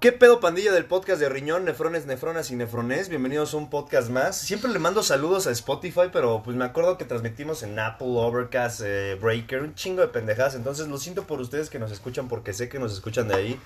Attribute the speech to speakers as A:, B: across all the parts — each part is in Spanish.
A: ¿Qué pedo pandilla del podcast de Riñón, Nefrones, Nefronas y Nefrones? Bienvenidos a un podcast más. Siempre le mando saludos a Spotify, pero pues me acuerdo que transmitimos en Apple, Overcast, eh, Breaker, un chingo de pendejadas. Entonces lo siento por ustedes que nos escuchan porque sé que nos escuchan de ahí.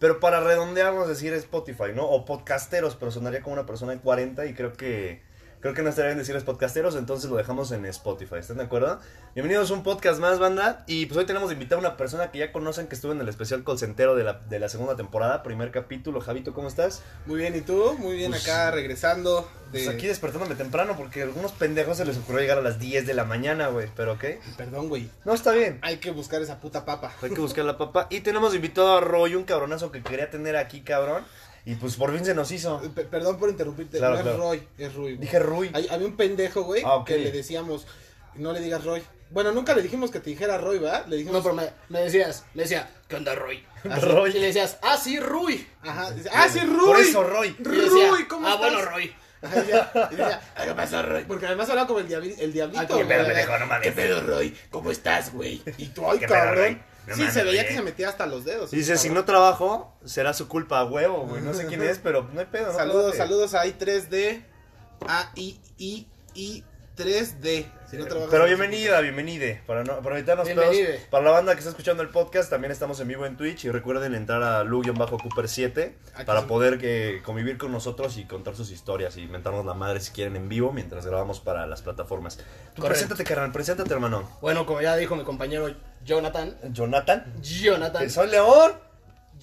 A: Pero para redondearnos decir Spotify, ¿no? O podcasteros, pero sonaría como una persona de 40 y creo que... Creo que no estaría bien decirles podcasteros, entonces lo dejamos en Spotify. ¿Están de acuerdo? Bienvenidos a un podcast más, banda. Y pues hoy tenemos de invitada a una persona que ya conocen que estuvo en el especial colcentero de la, de la segunda temporada, primer capítulo. Javito, ¿cómo estás?
B: Muy bien, ¿y tú? Muy bien
A: Pues-
B: acá regresando de...
A: Pues aquí despertándome temprano porque a algunos pendejos se les ocurrió llegar a las 10 de la mañana, güey. Pero ¿qué?
B: Perdón, güey.
A: No, está bien.
B: Hay que buscar esa puta papa.
A: Hay que buscar la papa. Y tenemos de invitado a Roy, un cabronazo que quería tener aquí, cabrón. Y pues por fin se nos hizo.
B: Pe- perdón por interrumpirte.
A: Claro,
B: no
A: claro.
B: es Roy, es Rui. güey.
A: Dije Rui.
B: Hay- había un pendejo, güey,
A: Ah, ok.
B: que le decíamos, no le digas Roy. Bueno, nunca le dijimos que te dijera Roy, ¿verdad? Le dijimos...
C: No, pero me, me decías, me decía, ¿qué onda, Roy? Así.
A: Roy.
C: Y le decías, ah, sí, Rui.
B: Ajá. dice, ah, sí, Rui.
A: Por eso, Roy.
C: Y yo decía,
B: Rui, ¿cómo
C: Ah,
B: estás?
C: bueno, Roy.
B: Ajá, y decía- y decía,
C: ¿Qué pasó, Roy?
B: porque además hablaba como el, diabli- el diablito.
C: Ah, qué pedo,
B: güey.
A: pendejo, no mames.
C: ¿Qué pedo, Roy? ¿Cómo estás, güey?
B: Y tú, ay,
A: Qué pedo, Roy.
B: cabrón.
A: No
B: sí,
A: mames,
B: se veía
A: güey.
B: que se metía hasta los dedos.
A: Dice,
B: cabrón.
A: si no trabajo, será su culpa a huevo, güey. No sé quién es, pero no hay pedo. No
B: Saludos,
A: pedote.
B: saludos a I3D. A I I I 3D. Si no trabajas
A: Eh, Pero
B: en-
A: bienvenida, bienvenide. Para, no, para evitarnos pedos.
C: Bienvenide.
A: Para la banda que está escuchando el podcast, también estamos en vivo en Twitch. Y recuerden entrar a Lu-Cooper7
B: Aquí
A: para
B: sí.
A: poder que, convivir con nosotros y contar sus historias y mentarnos la madre si quieren en vivo mientras grabamos para las plataformas. Tú
C: Correcto.
A: preséntate, carnal, preséntate, hermano.
C: Bueno, como ya dijo mi compañero Jonathan,
A: Jonathan.
C: Jonathan,
A: que soy León.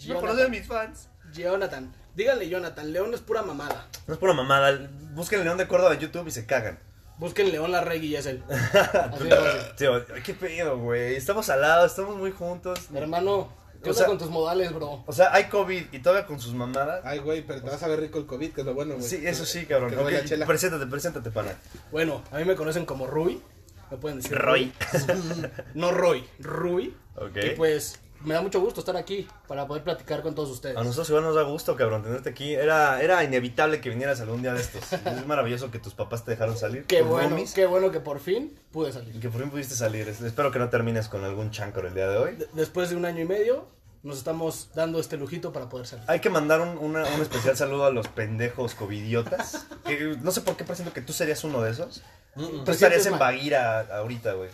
A: No conoces a
C: Jonathan,
A: mis fans.
C: Jonathan, díganle Jonathan, León es pura mamada.
A: No es pura mamada. Busquen León de Córdoba en YouTube y se cagan.
C: Busquen León la Regui y es él. Así de fácil.
A: Tío, qué pedo, güey. Estamos al lado, estamos muy juntos.
C: Hermano, ¿qué
A: O
C: onda
A: sea-
C: con tus modales, bro?
A: O sea, hay COVID y todavía con sus mamadas.
B: Ay, güey, pero te vas a ver rico el COVID, que es lo bueno, güey.
A: Sí, eso sí, cabrón.
B: Que no
A: Ok,
B: haya chela.
A: Preséntate, preséntate, pana.
C: Bueno, a mí me conocen como Rui. Me pueden decir
A: Roy.
C: No Roy, Rui.
A: Ok.
C: Y pues me da mucho gusto estar aquí para poder platicar con todos ustedes.
A: A nosotros igual nos da gusto, cabrón, tenerte aquí. Era, era inevitable que vinieras algún día de estos. Es maravilloso que tus papás te dejaron salir.
C: Qué
A: tus
C: bueno,
A: roomies,
C: qué bueno que por fin pude
A: Y
C: salir.
A: que por fin pudiste salir. Es- Espero que no termines con algún chancro el día de hoy.
C: De- Después de un año y medio, nos estamos dando este lujito para poder salir.
A: Hay que mandar un, una- un especial saludo a los pendejos covidiotas. Que no sé por qué presiento que tú serías uno de esos.
B: Mm,
A: Tú estarías en
C: mal.
A: Baguira ahorita, güey.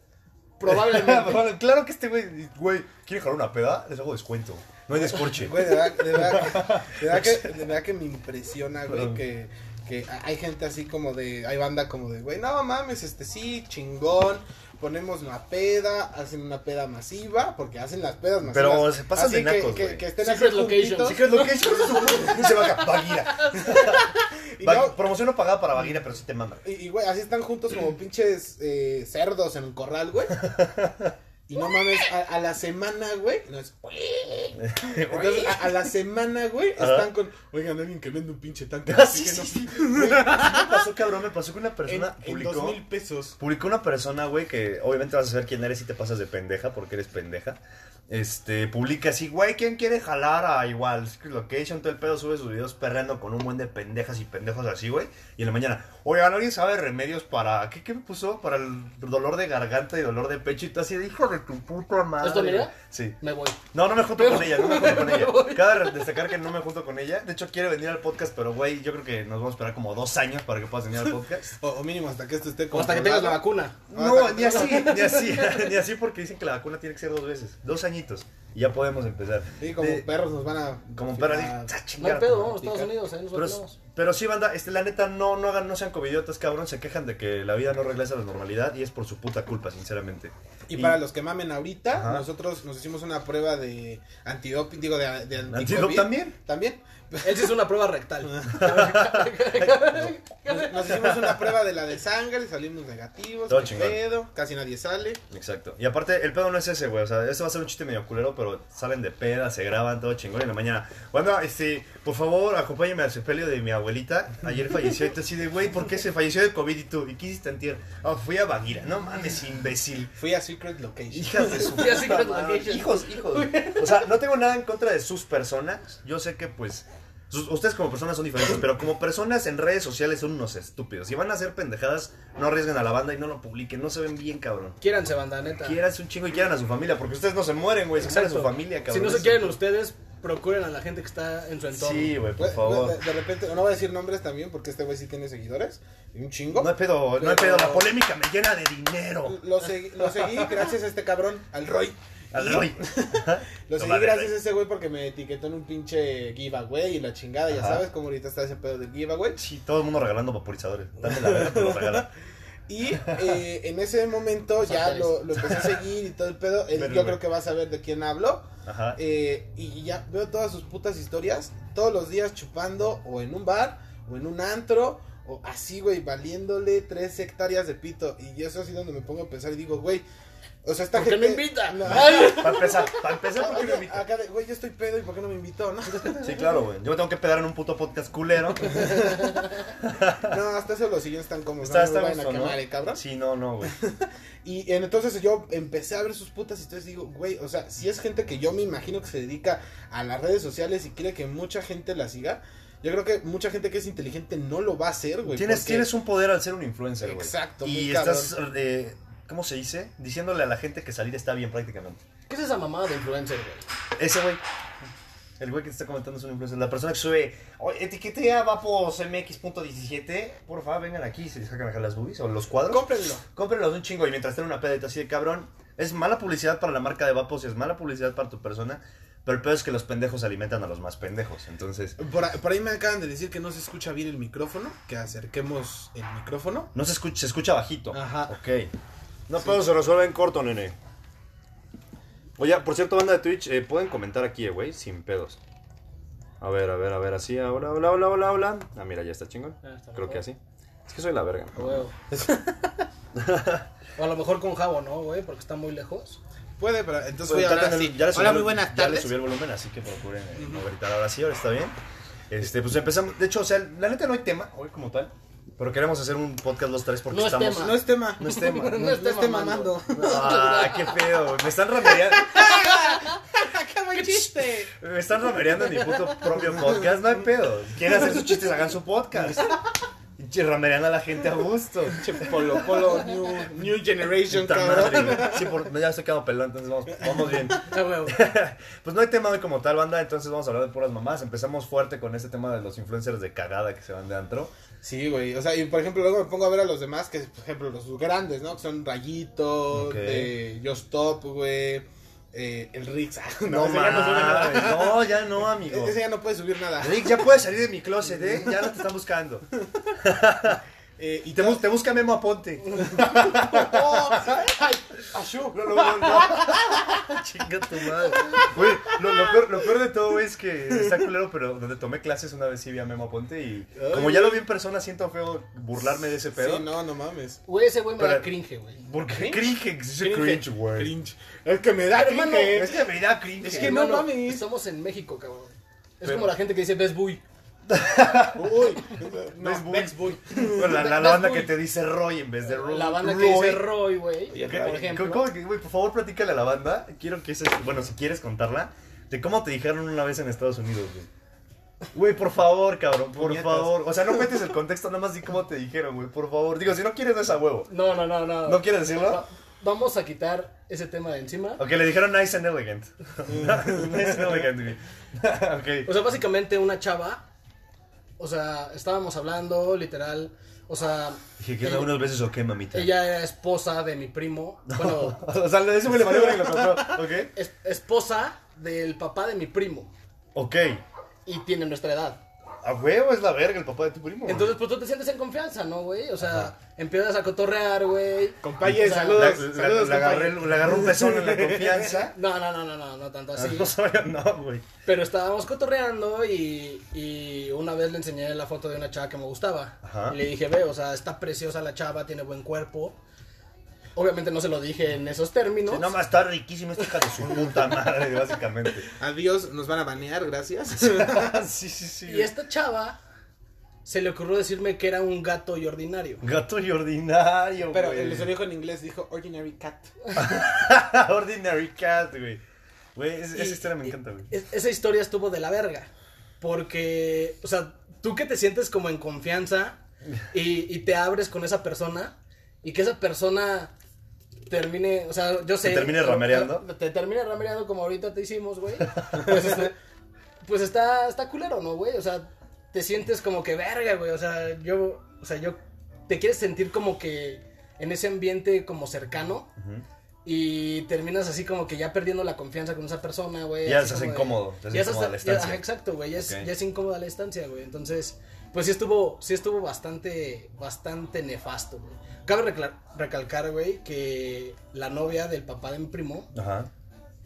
C: Probablemente.
A: Bueno, claro que este güey, güey, ¿quiere jalar una peda? Les hago descuento. No hay descorche.
B: Güey, de verdad, de verdad, de verdad que, de verdad que me impresiona, güey, que, que hay gente así como de, hay banda como de, güey, no mames, este sí, chingón, ponemos una peda, hacen una peda masiva, porque hacen las pedas masivas.
A: Pero se pasan
B: Así
A: de
B: que-
A: nacos,
B: que,
A: güey.
B: que estén
C: Secret
B: aquí
C: location,
B: juntitos,
C: secret
A: ¿Qué es lo que es? Se baja, Baguira.
B: y
A: Va-
B: no-
A: promoción no pagada para Baguira, pero sí te mama.
B: Y, y, güey, así están juntos como pinches eh, cerdos en un corral, güey. Y no mames, a, a la semana, güey. no es- Entonces, a, a la semana, güey,
A: Ajá.
B: están con. Oigan, alguien que vende un pinche tanque.
A: Ah,
B: así
A: sí,
B: que no-
A: sí, sí. Güey, ¿qué me pasó, cabrón? Me pasó que una
B: En,
A: persona
B: en
A: publicó.
B: dos mil pesos.
A: Publicó una persona, güey, que obviamente vas a saber quién eres si te pasas de pendeja, porque eres pendeja. Este, publica así, güey, ¿quién quiere jalar a igual? Secret Location, todo el pedo, sube sus videos perreando con un buen de pendejas y pendejos así, güey. Y en la mañana, oigan, ¿alguien sabe remedios para. ¿Qué, qué me puso? Para el dolor de garganta y dolor de pecho. Y tú así, de, hijo de tu puta madre.
C: ¿Es tu amiga?
A: güey". Sí.
C: Me voy.
A: No, no me junto con ella, no me junto con
C: Me
A: ella.
C: voy.
A: Cabe destacar que no me junto con ella. De hecho, quiere venir al podcast, pero güey, yo creo que nos vamos a esperar como dos años para que puedas venir al podcast.
B: O, o mínimo hasta que esto esté
C: O hasta que tengas la
B: controlado.
C: vacuna.
A: Ah, No, ni así, ni así, ni así porque dicen que la vacuna tiene que ser dos veces, dos añitos, y ya podemos empezar.
B: Sí, como
A: De-
B: perros nos van a.
A: como perro,
B: Ah,
A: así, "Ah,
C: No
A: chingar
C: hay
A: a tu
C: pedo,
A: madre".
C: vamos a Estados Unidos, ahí nos
A: Pero,
C: vacunamos.
A: pero sí, banda, este, la neta, no, no hagan, no sean covidiotas, cabrón, se quejan de que la vida no regresa a la normalidad y es por su puta culpa, sinceramente.
B: Y para los que mamen ahorita,
A: Ajá.
B: nosotros nos hicimos una prueba de antidoping, digo, de, de anti-COVID.
A: ¿Antidop también?
B: También.
C: Él sí es una prueba rectal.
B: Nos, nos hicimos una prueba de la de sangre, salimos negativos,
A: Todo
B: qué
A: chingón.
B: pedo, casi nadie sale.
A: Exacto. Y aparte, el pedo no es ese, güey. O sea, este va a ser un chiste medio culero, pero salen de peda, se graban, todo chingón. Y en la mañana, bueno, este, por favor, acompáñenme al sepelio de mi abuelita. Ayer falleció. Y tú así de, güey, ¿por qué se falleció de COVID? Y tú, ¿y qué hiciste antier? Ah, fui a Baguira. No mames, imbécil.
B: Fui a Secret Location.
A: Hijas de su
C: Fui a
A: puta
C: Secret
A: madre.
C: Location.
A: Hijos, hijos. O sea, no tengo nada en contra de sus personas. Yo sé que, pues, sus- ustedes como personas son diferentes, pero como personas en redes sociales son unos estúpidos. Si van a hacer pendejadas, no arriesguen a la banda y no lo publiquen. No se ven bien, cabrón.
C: Quiéranse, banda neta.
A: Quieras un chingo y quieran a su familia, porque ustedes no se mueren, güey. Se muere
C: Exacto.
A: su familia,
C: Si
A: cabrón.
C: no se quieren ustedes, procuren a la gente que está en su entorno.
A: Sí, güey, por
B: Güey,
A: favor.
B: De, de repente, no voy a decir nombres también porque este güey sí tiene seguidores. y Un chingo.
A: No hay pedo, no hay pedo. La polémica me llena de dinero.
B: Lo, segui- lo seguí gracias a este cabrón, al Roy.
A: Al
B: Y-
A: Roy.
B: Lo
A: No
B: seguí
A: mames,
B: gracias
A: Roy.
B: a ese güey porque me etiquetó en un pinche giveaway y la chingada. Ya
A: Ajá.
B: sabes cómo ahorita está ese pedo del giveaway.
A: Sí, todo el mundo regalando vaporizadores. Dame la verga, te lo regala.
B: Y eh, en ese momento ya
C: Sacares.
B: lo, lo empecé a seguir y todo el pedo. Él-
A: Pero,
B: yo
A: güey.
B: creo que vas a ver de quién hablo.
A: Ajá.
B: Eh, y y ya veo todas sus putas historias, todos los días chupando o en un bar o en un antro o así, güey, valiéndole tres hectáreas de pito. Y eso así donde me pongo a pensar y digo, güey, o sea, esta
C: ¿Por qué
B: gente-
C: me invita?
B: No.
A: Para empezar, para empezar, ¿por qué no
B: Oye,
A: invito?
B: acá de, güey, yo estoy pedo y ¿por qué no me invitó? No,
A: Sí, claro, güey. Yo me tengo que pedar en un puto podcast culero.
B: no hasta eso los sillones están cómodos.
A: Está,
B: Pues,
A: está
B: no me vayan
A: gusto,
B: a
A: ¿no?
B: quemar, eh, cabrón.
A: Sí, no, no, güey.
B: Y en- entonces yo empecé a ver sus putas y entonces digo, güey, o sea, si es gente que yo me imagino que se dedica a las redes sociales y quiere que mucha gente la siga, yo creo que mucha gente que es inteligente no lo va a hacer, güey.
A: Tienes,
B: porque-
A: tienes un poder al ser un influencer, güey.
B: Exacto,
A: Y
B: muy
A: estás, eh, ¿cómo se dice? Diciéndole a la gente que salir está bien prácticamente.
C: ¿Qué es esa mamada de influencer, güey?
A: Ese güey. El güey que te está comentando es un influencer. La persona que sube, "Oye, etiquete a Vapos MX.17, por favor, vengan aquí, se les sacan acá las boobies o los cuadros.
B: Cómprenlo.
A: Cómprenlos un chingo y mientras estén una pedeta así de cabrón, es mala publicidad para la marca de Vapos y es mala publicidad para tu persona, pero el peor es que los pendejos alimentan a los más pendejos, entonces...
B: Por, a- por ahí me acaban de decir que no se escucha bien el micrófono, que acerquemos el micrófono.
A: No se escucha, se escucha bajito.
B: Ajá.
A: Ok. No, pero se resuelve en corto, nene. Oye, por cierto, banda de Twitch, eh, pueden comentar aquí, eh, güey, sin pedos. A ver, a ver, a ver, así, ah, hola, hola, hola, hola, hola. Ah, mira, ya está chingón.
C: Ya está Pues,
A: Creo
C: mejor.
A: que así. Es que soy la verga.
C: A huevo. o a lo mejor con jabo, ¿no, güey? Porque está muy lejos.
B: Puede, pero entonces
A: Oye,
B: voy a hablar
A: tratan el-
B: así.
A: ya le subí
B: Hola,
A: el-
B: muy buenas
A: Ya le
B: tardes.
A: subí el volumen, así que procuren eh, no gritar ahora sí, ahora está bien. Este, pues empezamos. De hecho, o sea, la neta no hay tema hoy como tal. Pero queremos hacer un podcast los tres porque
C: No es
A: estamos.
C: tema.
B: No es tema.
A: No es tema.
B: No,
C: No esté
B: no esté
C: mamando.
B: mamando.
A: Ah, qué feo. güey. Me están ramereando.
B: ¡Qué buen chiste!
A: Me están ramereando en mi puto propio podcast, no hay pedo. Quieren hacer sus chistes, hagan su podcast. Y ramerean a la gente a gusto.
B: Che, polo, polo, new, new generation,
A: Puta
B: cabrón.
A: madre, güey. Sí, por- ya estoy quedando pelón, entonces vamos, vamos bien.
C: A huevo.
A: Pues no hay tema hoy como tal, banda, entonces vamos a hablar de puras mamás. Empezamos fuerte con este tema de los influencers de cagada que se van de antro.
B: Sí, güey. O sea, y por ejemplo, luego me pongo a ver a los demás, que por ejemplo, los grandes, ¿no? Que son Rayito,
A: Ok.
B: eh, Yo Stop, güey. eh, el Rix. Ah,
A: No,
B: ese ya no sube nada.
A: mames, no, ya no, amigo.
B: Ese ya no puede subir nada.
A: Rick, ya puedes salir de mi closet, ¿eh? Ya no te están buscando.
B: Eh, y
A: Y te, bus- te busca Memo Aponte.
B: ¡Ay! ¡Ashu!
A: No, no, no, no. Chinga tu madre. Güey, lo, lo peor, lo peor de todo, güey, es que está culero, pero donde tomé clases una vez sí vi a Memo Aponte y
B: Ay,
A: como ya lo vi en persona, siento feo burlarme de ese pedo.
B: Sí, no, no mames.
C: Güey, ese güey me da
A: Pero-
C: cringe, güey.
A: Porque cringe, ese cringe, güey.
B: Cringe. Es que me da
C: Hermano,
B: cringe.
A: Es que me da cringe.
B: Es que no
C: Hermano,
B: mames.
C: Estamos en México, cabrón. Es
A: Pero-
C: como la gente que dice, ves buy.
B: Uy.
A: Ves
B: No,
A: Bull.
B: Next Boy.
A: Bueno, la, la- la banda que te dice Roy en vez de Roy.
C: La banda que
A: Roy.
C: dice Roy, güey.
A: ¿Qué-
C: Por ejemplo.
A: ¿Cómo que, güey, por favor, platícale a la banda. Quiero que ese, bueno, si quieres contarla, de cómo te dijeron una vez en Estados Unidos, güey. Güey, por favor, cabrón, por
B: Puñetas.
A: favor. O sea, no cuentes el contexto, nada más di cómo te dijeron, güey, por favor. Digo, si no quieres, no es a huevo.
C: No, no, no, no.
A: ¿No quieres decirlo?
C: Va- Vamos a quitar ese tema de encima.
A: Ok, le dijeron nice and elegant. nice and elegant, güey.
C: O
A: ok.
C: sea, básicamente una chava. O sea, estábamos hablando, literal. O sea,
A: Dije que algunas veces, ok, mamita.
C: ella era esposa de mi primo. Bueno,
A: o sea, le- ese güey le valió verga y lo contó. Ok.
C: es- esposa del papá de mi primo.
A: Ok.
C: Y tiene nuestra edad.
A: A huevo es la verga el papá de tu primo. güey.
C: Entonces, pues tú te sientes en confianza, ¿no, güey? O sea, empiezas a cotorrear, güey.
B: Compaye,
C: O sea,
A: La-
B: saludos.
A: la-
B: saludos,
A: le, agarré,
B: compaye.
A: le agarró un pezón en la confianza.
C: No, no, no, no, no, no tanto así.
A: No soy, no, güey.
C: Pero estábamos cotorreando y, y una vez le enseñé la foto de una chava que me gustaba.
A: Ajá.
C: Y le dije, ve, o sea, está preciosa la chava, tiene buen cuerpo. Obviamente no se lo dije en esos términos.
A: Sí, no, más está riquísimo esta hija de su puta madre, básicamente.
B: Adiós, nos van a banear, gracias.
A: sí, sí, sí.
C: y este- esta chava se le ocurrió decirme que era un gato y ordinario.
A: Gato y ordinario,
B: Pero
A: güey.
B: el dijo en inglés, dijo Ordinary Cat.
A: Ordinary cat, güey. Güey, es- esa
C: Y-
A: historia me
C: y-
A: encanta, güey.
C: es- esa historia estuvo de la verga. Porque, o sea, tú que te sientes como en confianza y, y te abres con esa persona y que esa persona termine, o sea, yo sé.
A: termine ramereando?
C: Te, termine ramereando como ahorita te hicimos, güey. Pues, este, pues está, está culero, ¿no, güey? O sea, te sientes como que verga, güey. O sea, yo, o sea, yo, te quieres sentir como que en ese ambiente como cercano
A: Ujú.
C: y terminas así como que ya perdiendo la confianza con esa persona, güey.
A: Ya
C: así
A: se hace
C: como de-
A: incómodo, se hace
C: ya se
A: incómoda
C: hace-
A: la
C: ya-
A: estancia.
C: ajá, exacto, güey. Ya, es-
A: Ok.
C: ya es incómoda la estancia, güey. Entonces, pues sí estuvo, sí estuvo bastante, bastante nefasto, güey. Cabe recla- recalcar, güey, que la novia del papá de mi primo,
A: Ajá.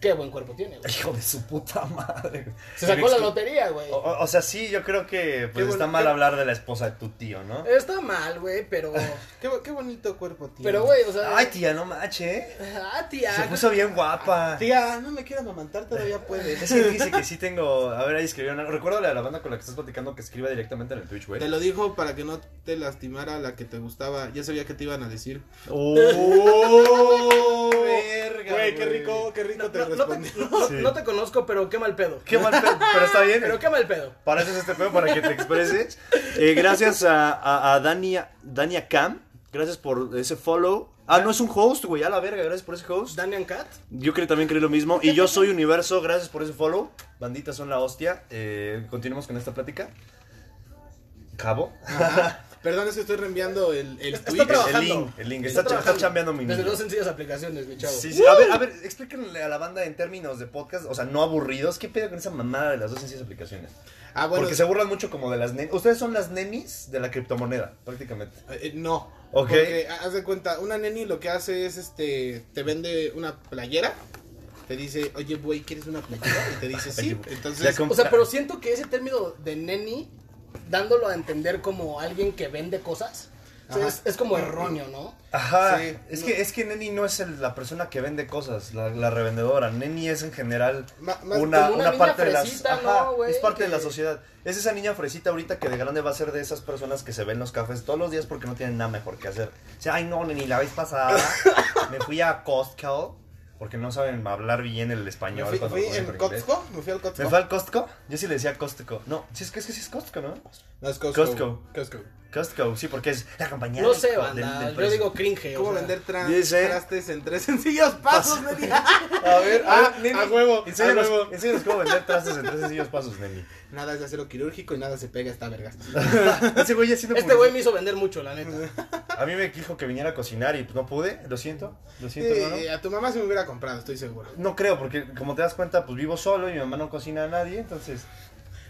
C: qué buen cuerpo tiene, güey.
A: Hijo de su puta madre. güey.
C: Se sacó la lotería, güey.
A: O, o- o sea, sí, yo creo que pues,
B: Qué
A: está
B: bueno,
A: mal
B: qué-
A: hablar de la esposa de tu tío, ¿no?
C: Está mal, güey, pero.
B: Qué, bo- qué bonito cuerpo tiene.
C: Pero, güey, o sea.
A: Ay, tía, no mache.
C: Ah, tía.
A: Se puso bien guapa.
B: Tía, no me quiero amamantar, todavía puedes.
A: Es que dice que sí tengo. A ver, ahí escribieron algo. Recuérdale a la banda con la que estás platicando que escriba directamente en el Twitch, güey.
B: Te lo dijo para que no te lastimara la que te gustaba. Ya sabía que te iban a decir.
A: ¡Oh!
B: Verga,
A: Güey, qué
B: güey.
A: rico, qué rico.
C: No, no- no te, no-
A: Sí.
C: no te conozco, pero qué mal pedo.
A: Qué mal pedo, pero está bien.
C: Pero qué mal pedo.
A: Para eso es este pedo, para que te expreses. Eh, gracias a, a, a Dania, Dania Cam. Gracias por ese follow. Ah, no es un host, güey. A la verga, gracias por ese host.
C: Daniel Cat.
A: Yo creo, también creí lo mismo. Y yo soy Universo, gracias por ese follow. Banditas son la hostia. Eh, continuemos con esta plática. Cabo.
B: Ajá. Perdón, es que estoy reenviando el, el
C: Está
B: tweet.
C: trabajando.
A: El link, el link. Está, ch- está
C: trabajando
A: chambeando mi
C: Desde
A: niño.
C: dos sencillas aplicaciones, mi chavo.
A: Sí, sí. A ver, a ver, explíquenle a la banda en términos de podcast, o sea, no aburridos, ¿qué pedo con esa mamada de las dos sencillas aplicaciones?
B: Ah, bueno.
A: Porque se burlan mucho como de las nenis. Ustedes son las nenis de la criptomoneda, prácticamente.
B: eh, no.
A: Ok.
B: Porque ha- haz de cuenta, una neni lo que hace es este. Te vende una playera. Te dice, oye, güey, ¿quieres una playera? Y te dice,
A: Oye,
B: sí.
A: güey. Ya
B: Entonces,
A: com-
C: O sea, pero siento que ese término de neni, dándolo a entender como alguien que vende cosas, o sea,
B: Ajá.
C: es, es como erróneo, ¿no?
A: Ajá,
B: Sí,
A: es,
B: no.
A: que, es que Neni no es el- la persona que vende cosas, la, la revendedora. Neni es en general
B: Ma-
A: una,
B: más
A: una,
C: como una niña
A: parte
C: fresita,
A: de las. Ajá,
C: ¿no, güey?
A: es parte de la
C: Que-
A: sociedad. Es esa niña fresita ahorita que de grande va a ser de esas personas que se ven los cafés todos los días porque no tienen nada mejor que hacer. O sea, ay no, Neni, la vez pasada me fui a Costco porque no saben hablar bien el
B: me
A: español.
B: fui,
A: cuando
B: fui
A: lo ponen
B: en
A: por inglés.
B: Costco. Me fui al Costco.
A: ¿Me fue al Costco? Yo sí le decía Costco. No, sí, es que, es que sí es Costco, ¿no?
B: No, es Costco.
A: Costco.
B: Costco.
A: Costco, sí, porque es la compañía.
C: No
A: de-
C: sé,
A: del-
C: banda.
A: del
C: yo
A: precio.
C: digo cringe. o
B: ¿Cómo
C: sea.
B: vender tra-
A: Eh, Dice-
B: trastes en tres sencillos pasos,
A: Pasos.
B: neni?
A: Ah, A ver,
B: Ah,
A: Neni,
B: a huevo,
A: Enséñanos,
B: a huevo.
A: enséñanos cómo vender trastes en tres sencillos pasos, Neni.
B: Nada es de acero quirúrgico y nada se pega esta vergas.
A: Ese güey haciendo
C: Este güey
A: publicidad.
C: me hizo vender mucho, la neta.
A: A mí me dijo que viniera a cocinar y pues, no pude. Lo siento, lo siento, hermano.
B: Eh, a tu mamá se me hubiera comprado, estoy seguro.
A: No creo, porque como te das cuenta, pues vivo solo y mi mamá no cocina a nadie, entonces.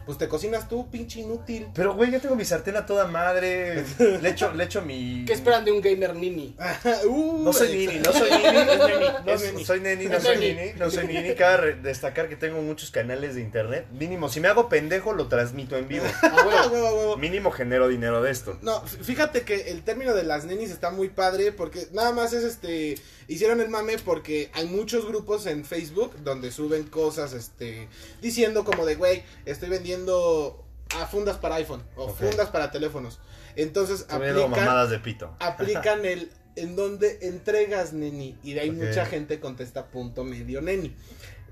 B: Pues te cocinas tú, pinche inútil.
A: Pero güey, yo tengo mi sartén a toda madre. Le echo, le echo mi.
C: ¿Qué esperan de un gamer nini?
B: Uh,
A: No soy
B: Alexa.
A: nini, no soy nini, es neni. No
B: Es
A: soy-
B: neni.
A: soy neni, no
C: Es
A: soy
C: neni.
A: nini, no soy nini. Cabe re- destacar que tengo muchos canales de internet. Mínimo, si me hago pendejo, lo transmito en vivo.
C: Ah,
B: Ah,
C: güey.
B: huevo, huevo.
A: Mínimo genero dinero de esto.
B: No, f- fíjate que el término de las nenis está muy padre porque nada más es este hicieron el mame porque hay muchos grupos en Facebook donde suben cosas este diciendo como de güey, estoy vendiendo a fundas para iPhone o
A: Ok.
B: fundas para teléfonos. Entonces
A: Comiendo
B: aplican
A: mamadas de pito.
B: aplican el en donde entregas neni y de ahí
A: Ok.
B: mucha gente contesta punto medio neni.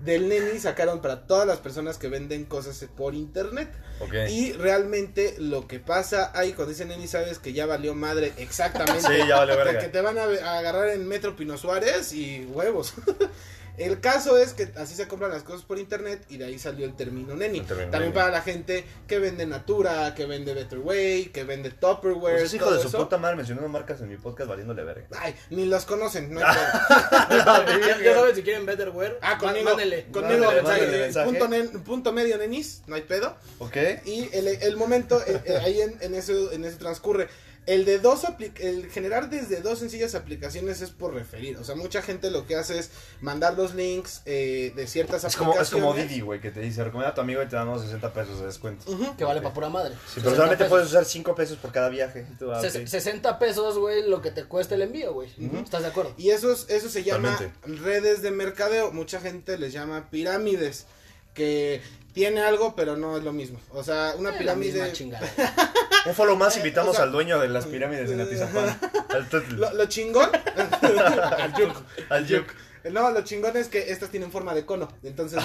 B: Del neni sacaron para todas las personas que venden cosas por internet.
A: Ok.
B: Y realmente lo que pasa ahí cuando dicen neni sabes que ya valió madre exactamente.
A: Sí, ya vale
B: Porque
A: verga.
B: te van a, a agarrar en Metro Pino Suárez y huevos. El caso es que así se compran las cosas por internet y de ahí salió el término neni.
A: El término
B: También
A: neni.
B: para la gente que vende Natura, que vende Better Way, que vende Tupperware.
A: Pues es hijo
B: todo
A: de su
B: eso.
A: puta madre mencionando marcas en mi podcast valiéndole verga.
B: Ay, ni los conocen, no hay pedo.
A: Ah,
C: ya, ya saben si quieren Betterware.
B: Ah,
C: con
B: conmigo, conmigo,
A: Mándale,
B: o sea,
A: mándale
B: eh,
A: mensaje.
B: Punto, nen- punto medio, nenis, no hay pedo.
A: ¿Ok?
B: Y el, el momento, eh, eh, ahí en, en eso, en eso transcurre. El de dos apli- el generar desde dos sencillas aplicaciones es por referir. O sea, mucha gente lo que hace es mandar los links eh, de ciertas
A: Es como,
B: aplicaciones.
A: es como Didi, güey, que te dice, recomienda a tu amigo y te dan unos 60 pesos de descuento.
B: Ujú.
C: Que vale para pura madre.
A: Sí, pero solamente puedes usar 5 pesos por cada viaje. Y tú, ah,
C: Se-
A: ok.
C: 60 pesos, güey, lo que te cuesta el envío, güey. ¿Estás de acuerdo?
B: Y eso, es- eso se llama
A: Totalmente.
B: redes de mercadeo. Mucha gente les llama pirámides. Que tiene algo, pero no es lo mismo. O sea, una
C: Eh, la misma
B: pirámide.
C: chingada.
A: Un follow más invitamos
B: Eh, o sea-
A: al dueño de las pirámides en Atizapán. al Tutl,
B: Lo, lo chingón. Al yuc.
A: al Yuk.
B: No, lo chingón es que estas tienen forma de cono. Entonces,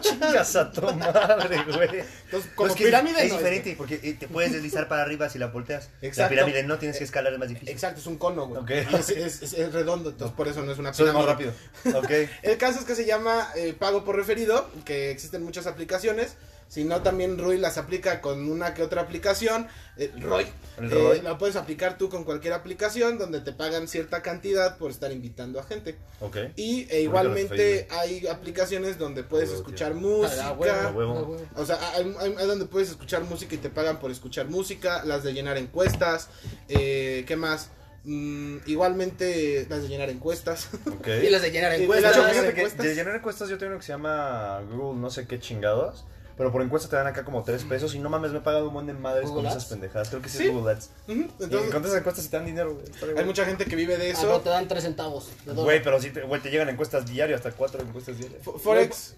A: Chingas a tu madre, güey.
B: Entonces, como
A: No, es que
B: pirámide.
A: es
B: no,
A: diferente porque eh, te puedes deslizar para arriba si la volteas. La
B: Exacto.
A: pirámide no tienes que escalar, es más
B: este-
A: difícil.
B: exacto, es un cono, güey.
A: Ok.
B: Y Es, es- es- es redondo, entonces por eso no es una
A: Sube
B: pirámide.
A: más rápido. Ok.
B: El caso es que se llama eh, pago por referido, que existen muchas aplicaciones. sino también Roy las aplica con una que otra aplicación. Eh, Roy,
A: El Roy.
B: eh, la puedes aplicar tú con cualquier aplicación donde te pagan cierta cantidad por estar invitando a gente.
A: Ok.
B: Y e igualmente hay aplicaciones donde puedes escuchar
C: A Ah, huevo,
A: A
B: música.
A: huevo.
C: a huevo.
B: O sea, hay, hay- hay donde puedes escuchar música y te pagan por escuchar música, las de llenar encuestas, eh, ¿qué más? Mm, igualmente las de llenar encuestas.
A: Ok.
C: Y las Pues, de llenar
B: Y
A: De
C: encuestas.
A: hecho,
B: las
A: fíjate que
B: encuestas.
A: de llenar encuestas yo tengo uno que se llama Google no sé qué chingados. Pero por encuesta te dan acá como 3 pesos y no mames, me he pagado un buen de madres
C: ¿Google
A: con
C: Ads?
A: esas pendejadas. Creo que sí,
B: Sí.
A: es Google Ads.
B: Ujú,
A: y
B: Entonces,
A: con esas encuestas si te dan dinero, güey. Está bien,
B: hay
A: güey.
B: mucha gente que vive de
C: Ah, no,
B: eso.
C: te dan tres centavos. de dólar.
A: Güey, pero si te, güey, te llegan encuestas diario, hasta cuatro encuestas diarias.
B: Fo- Forex.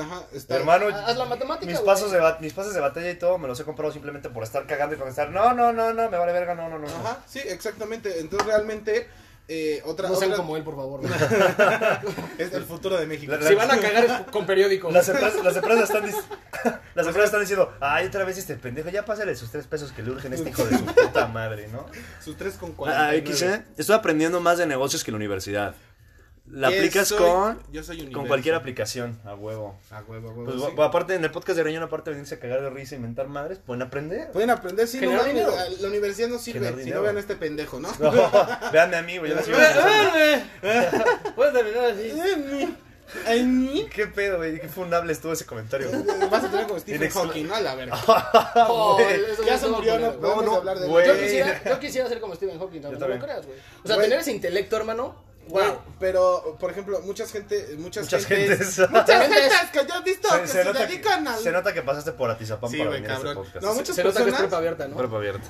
B: Ajá, está.
A: Hermano,
C: Haz la matemática,
A: mis
C: güey.
A: pasos, de bat- mis pases de batalla y todo me los he comprado simplemente por estar cagando y contestar, no, no, no, no, me vale verga, no, no, no.
B: Ajá, sí, exactamente. Entonces realmente eh, otra,
C: No sean
B: otra-
C: como él, por favor.
B: es el futuro de México.
A: La- la-
C: si van a cagar es con periódicos.
A: Las empresas, las empresas están dis- las empresas están diciendo, ay, otra vez este pendejo, ya pásale sus tres pesos que le urgen a este hijo de su puta madre, ¿no?
B: Sus 3 con
A: Ah, XC, estoy aprendiendo más de negocios que la universidad. La aplicas con,
B: Yo soy
A: con
B: universo.
A: cualquier aplicación, a huevo.
B: A huevo, a huevo,
A: Pues,
B: sí.
A: bu- aparte, en el podcast de Reunión, aparte de venirse a cagar de risa y inventar madres, pueden aprender.
B: Pueden aprender, sí, no
C: Generar
B: mames,
C: dinero.
B: a- la universidad no
A: Generar
B: sirve. Si
A: dinero.
B: no vean a este pendejo, ¿no?
A: No, véanme a mí, güey, yo la sigo pensando.
C: Puedes terminar así.
B: Ay, Eh, ni-
A: ¿Qué pedo, güey? Qué fundable estuvo ese comentario. güey.
B: Vas a tener como Stephen
A: Inex-
B: Hawking, ¿no? A La verga.
C: Oh,
A: Güey.
C: eso
B: Ya
C: es
B: se
C: todo
B: murió, no
C: culero, güey.
B: podemos
A: no,
B: hablar de
A: güey.
B: Yo
C: Yo quisiera, yo quisiera ser como Stephen Hawking, aunque no lo
A: también.
C: creas, güey. O sea,
B: Güey.
C: tener ese intelecto, hermano.
B: Güey,
C: Wow.
B: Pero, por ejemplo, muchas gente, muchas,
A: Muchas
B: gentes-
A: gentes.
B: Muchas gentes que yo he visto
A: Se,
B: que
A: se
B: se,
A: nota que,
B: dedican al...
A: se nota que pasaste por Atizapán
B: Sí,
A: para
B: güey,
A: venir a este
B: cabrón.
A: podcast.
B: No,
A: Sí,
B: muchas
C: Se nota que es
B: personas...
C: prepa abierta, ¿no?
A: Cuerpo abierto.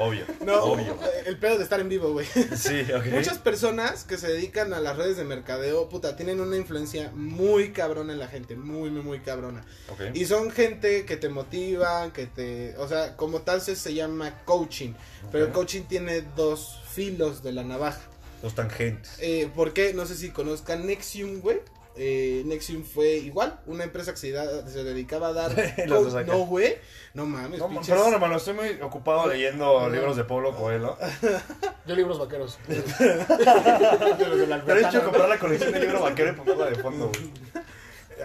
A: Obvio.
B: no,
A: Obvio.
B: el pedo de estar en vivo, güey.
A: Sí, ok.
B: Muchas personas que se dedican a las redes de mercadeo, puta, tienen una influencia muy cabrona en la gente, muy, muy, muy cabrona.
A: Ok.
B: Y son gente que te motivan, que te... O sea, como tal se, se llama coaching, pero el
A: Ok.
B: coaching tiene dos filos de la navaja.
A: Los tangentes.
B: Eh, porque no sé si conozcan Nexium, güey. Eh, Nexium fue igual, una empresa que se, da- se dedicaba a dar.
A: Los dos acá.
B: no, güey. No mames,
A: No,
B: Eh, pinches.
A: perdón, hermano, estoy muy ocupado leyendo libros de Pablo Coelho.
C: Yo libros vaqueros.
A: Te he hecho comprar la colección de libro vaquero y ponerla de fondo, güey.